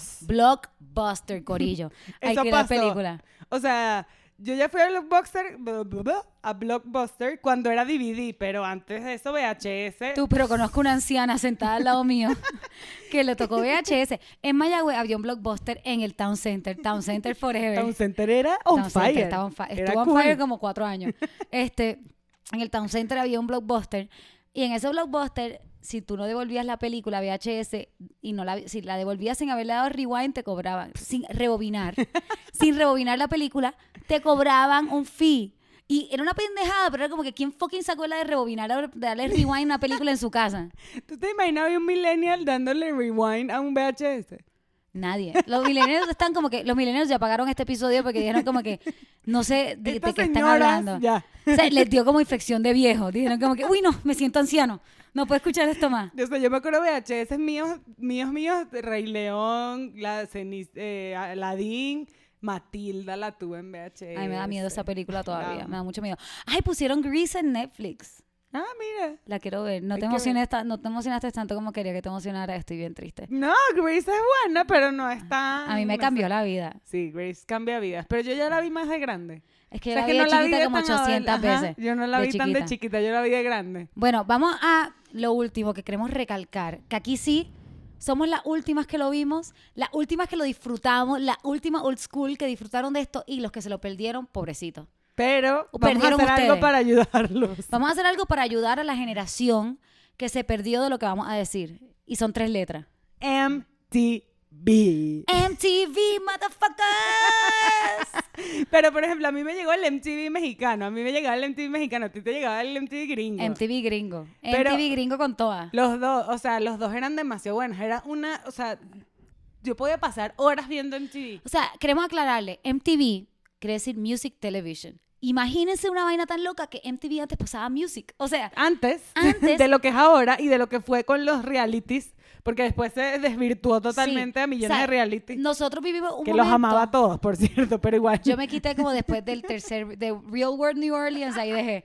Blockbuster, Corillo. Hay Eso que ir a la pasó. película. O sea, yo ya fui a Blockbuster, bla, bla, bla, a Blockbuster cuando era DVD, pero antes de eso VHS. Tú, pero conozco una anciana sentada al lado mío que le tocó VHS. En Mayagüez había un blockbuster en el Town Center, Town Center Forever. Town Center era on pues. Town Center, fire. estaba on fi- Era Estuvo on cool. fire como cuatro años. Este, en el Town Center había un blockbuster y en ese blockbuster, si tú no devolvías la película VHS y no la, vi- si la devolvías sin haberle dado rewind, te cobraban, sin rebobinar, sin rebobinar la película, te cobraban un fee. Y era una pendejada, pero era como que ¿quién fucking sacó la de rebobinar, de darle rewind a una película en su casa? ¿Tú te imaginabas un millennial dándole rewind a un VHS? Nadie. Los millennials están como que, los millennials ya apagaron este episodio porque dijeron como que, no sé de, de Estas qué están señoras, hablando. ya. O sea, les dio como infección de viejo. Dijeron como que, uy, no, me siento anciano. No puedo escuchar esto más. Yo, sé, yo me acuerdo VHS míos, míos, míos, de Rey León, la ceniz, eh, Aladdin, Matilda la tuve en VHS. Ay, me da miedo esa película todavía. amo. Me da mucho miedo. Ay, pusieron Grease en Netflix. Ah, mira. La quiero ver. No Hay te, que ver. emociones tan- no te emocionaste tanto como quería que te emocionara. Estoy bien triste. No, Grace es buena, pero no es tan... A mí me Ah, no sé. cambió la vida. Sí, Grace cambia vidas, pero yo ya la vi más de grande. Es que O yo sea, la que vi de no chiquita de como tan 800 adole- ajá, veces. Yo no la vi tan de chiquita. chiquita, yo la vi de grande. Bueno, vamos a lo último que queremos recalcar, que aquí sí somos las últimas que lo vimos, las últimas que lo disfrutamos, las últimas old school que disfrutaron de esto y los que se lo perdieron, pobrecitos. Pero O vamos a hacer Uh, perdieron algo ustedes. para ayudarlos. Vamos a hacer algo para ayudar a la generación que se perdió de lo que vamos a decir. Y son tres letras. MTV. MTV, motherfuckers. Pero, por ejemplo, a mí me llegó el MTV mexicano, a mí me llegaba el MTV mexicano, a ti te llegaba el MTV gringo. MTV gringo. Pero- MTV gringo con todas. Los dos, o sea, los dos eran demasiado buenos. Era una, o sea, yo podía pasar horas viendo MTV. O sea, queremos aclararle, MTV quiere decir Music Television. Imagínense una vaina tan loca que MTV antes pasaba Music. O sea, antes, Antes. de lo que es ahora y de lo que fue con los realities, porque después se desvirtuó totalmente sí, a millones o sea, de realities, Nosotros vivimos un que los momento- amaba a todos, por cierto, pero igual. Yo me quité como después del tercer, de Real World New Orleans, ahí dejé.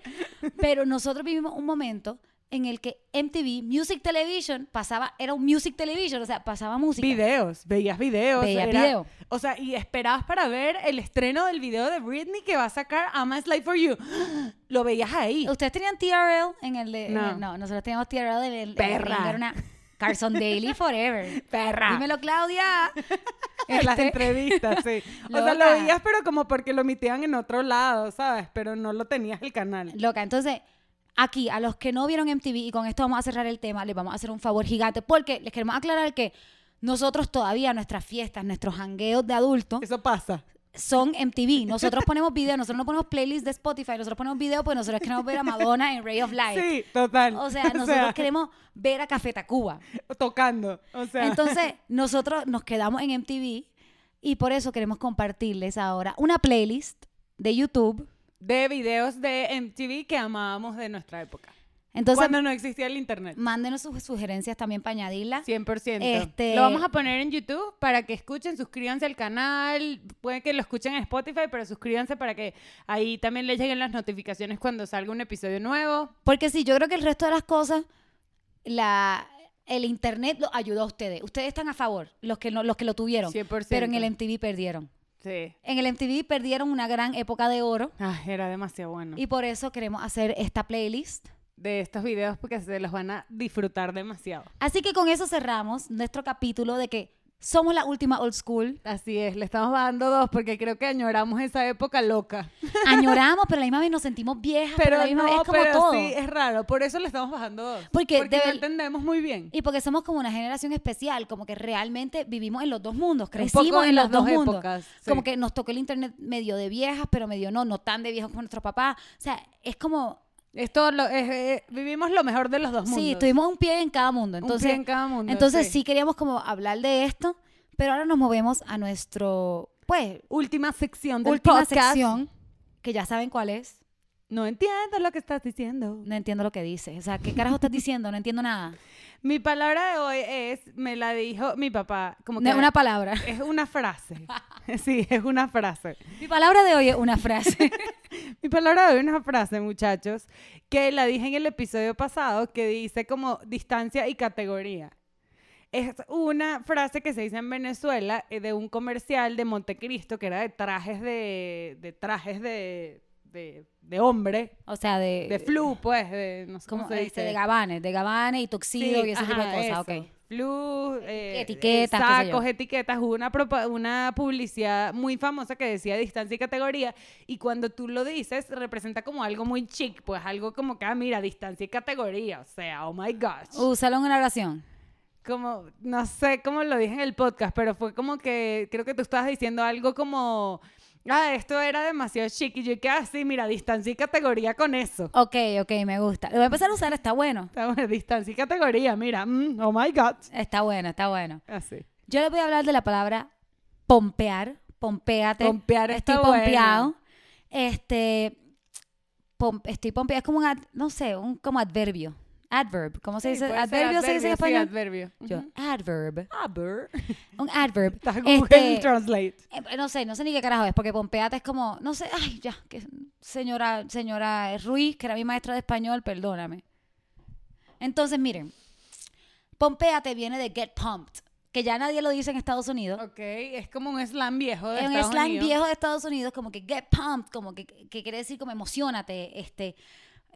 Pero nosotros vivimos un momento en el que MTV, Music Television, pasaba, era un Music Television, o sea, pasaba música. Videos, veías videos. Veías era- video. O sea, y esperabas para ver el estreno del video de Britney que va a sacar I'm a Slide for You. Lo veías ahí. ¿Ustedes tenían TRL en el de...? en No. el- no, nosotros teníamos TRL en el... en el Perra. gringo, Era una Carson Daly Forever. Perra. Dímelo, Claudia. En las Este- entrevistas, sí. O sea, Loca. lo veías, pero como porque lo emitían en otro lado, ¿sabes? Pero no lo tenías el canal. Loca, entonces, aquí, a los que no vieron MTV, y con esto vamos a cerrar el tema, les vamos a hacer un favor gigante, porque les queremos aclarar que nosotros todavía, nuestras fiestas, nuestros hangueos de adultos, Eso pasa. son MTV. Nosotros ponemos video, nosotros no ponemos playlist de Spotify, nosotros ponemos video porque nosotros queremos ver a Madonna en Ray of Light. Sí, total. O sea, nosotros queremos ver a Café Tacuba. tocando. O sea, Entonces, nosotros nos quedamos en MTV y por eso queremos compartirles ahora una playlist de YouTube de videos de MTV que amábamos de nuestra época. Entonces, Cuando no existía el internet. mándenos sus sugerencias también para añadirlas. 100%. Este- Lo vamos a poner en YouTube para que escuchen, suscríbanse al canal, puede que lo escuchen en Spotify, pero suscríbanse para que ahí también les lleguen las notificaciones cuando salga un episodio nuevo. Porque sí, yo creo que el resto de las cosas, la, el internet lo ayudó a ustedes. Ustedes están a favor, los que, no, los que lo tuvieron. 100%. Pero en el MTV perdieron. Sí. En el MTV perdieron una gran época de oro. Ah, era demasiado bueno. Y por eso queremos hacer esta playlist. de estos videos porque se los van a disfrutar demasiado. Así que con eso cerramos nuestro capítulo de que somos la última old school. Así es, le estamos bajando dos porque creo que añoramos esa época loca. Añoramos, pero a la misma vez nos sentimos viejas, Ah, pero, Pero a la misma no, vez es como pero todo. sí, es raro. Por eso le estamos bajando dos. Porque porque de no ver- entendemos muy bien. Y porque somos como una generación especial, como que realmente vivimos en los dos mundos, poco crecimos en en los las dos, dos mundos. épocas, sí. Como que nos tocó el internet medio de viejas, pero medio no, no tan de viejas como nuestros papás. O sea, es como, Esto lo, es- eh, vivimos lo mejor de los dos mundos. sí, tuvimos un pie en cada mundo. Un Entonces, pie en cada mundo, entonces sí. sí queríamos como hablar de esto, pero ahora nos movemos a nuestro, pues, Última sección del última podcast. sección, que ya saben cuál es. No entiendo lo que estás diciendo. No entiendo lo que dices. O sea, ¿qué carajo estás diciendo? No entiendo nada. Mi palabra de hoy es, me la dijo mi papá, como No que es una palabra. es una frase. sí, es una frase. Mi palabra de hoy es una frase. Mi palabra de hoy es pues, una frase, muchachos, que la dije en el episodio pasado, que dice como distancia y categoría. Es una frase que se dice en Venezuela eh, de un comercial de Montecristo que era de trajes de, de trajes de, de, de hombre, O sea, de... de flu, pues, de, no sé cómo, como se dice. de gabanes, de gabanes y tuxedo y ese tipo de ajá, cosas, eso. ok. Flu, eh, Etiquetas, qué sé yo. sacos, etiquetas. Hubo una, propa- una publicidad muy famosa que decía distancia y categoría. Y cuando tú lo dices, representa como algo muy chic, pues algo como que, ah, mira, distancia y categoría. O sea, oh my gosh. Úsalo en una oración. Como, no sé cómo lo dije en el podcast, pero fue como que creo que tú estabas diciendo algo como. Ah, esto era demasiado chic. Y yo dije, ah, sí, mira, distancia y categoría con eso. Ok, ok, me gusta. Lo voy a empezar a usar, está bueno. Está bueno, distancia y categoría, mira. mm, oh my God. Está bueno, está bueno. Así. Yo les voy a hablar de la palabra pompear. Pompeate. Pompear está Estoy pompeado. Este, Este. bueno. pom- estoy pompeado. Es como un, ad- no sé, un como adverbio. Adverb. ¿Cómo se Sí, dice? puede ser ¿Adverbio se dice en adverbio, sí, español? adverbio. Yo, Ujú. adverb. Aber. Un adverb. Está Google Este, Translate. Eh, No sé, no sé ni qué carajo es, porque Pompeata es como, no sé, ay, ya, que señora, señora Ruiz, que era mi maestra de español, perdóname. Entonces, miren, Pompeate viene de get pumped, que ya nadie lo dice en Estados Unidos. Ok, es como un slang viejo de Es un Estados slang Unidos. viejo de Estados Unidos, como que get pumped, como que, que quiere decir como emocionate, este,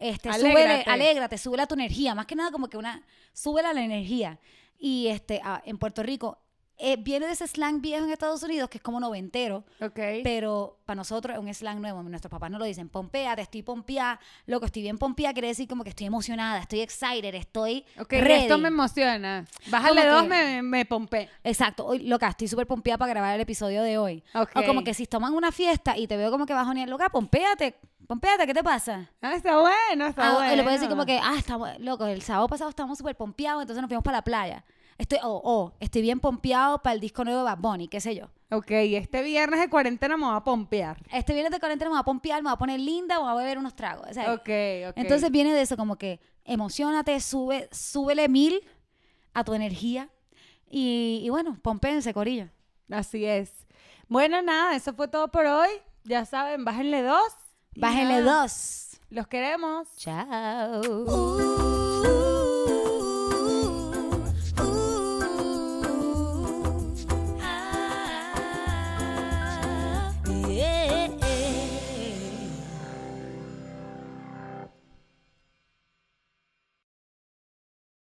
este, alégrate. Alégrate. Súbele, alégrate, súbele a tu energía, más que nada como que una, súbele a la energía. Y este, ah, en Puerto Rico, eh, viene de ese slang viejo en Estados Unidos, que es como noventero, Ok. pero para nosotros es un slang nuevo. Nuestros papás no lo dicen. Pompea, te estoy pompeada. Loco, estoy bien pompeada quiere decir como que estoy emocionada, estoy excited, estoy ok, ready. esto me emociona. Bájale Como dos, que- me, me pompé. Exacto. Hoy, loca, estoy súper pompeada para grabar el episodio de hoy. Ok. O como que si toman una fiesta y te veo como que bajonear, loca, pompeate, pompeate, ¿qué te pasa? Ah, está bueno, está Ah, bueno. Y le puedes decir como que, ah, estamos, loco, el sábado pasado estábamos súper pompeados, entonces nos fuimos para la playa. Estoy, oh, oh, estoy bien pompeado para el disco nuevo de Bad Bunny, qué sé yo. Ok, este viernes de cuarentena me voy a pompear. Este viernes de cuarentena me voy a pompear, me voy a poner linda, me voy a beber unos tragos. O sea, Ok, ok. Entonces viene de eso, como que emocionate, sube, súbele mil a tu energía. Y, y bueno, pompense, corillo. Así es. Bueno, nada, eso fue todo por hoy. Ya saben, bájenle dos. Y Bájenle nada, dos. Los queremos. Chao.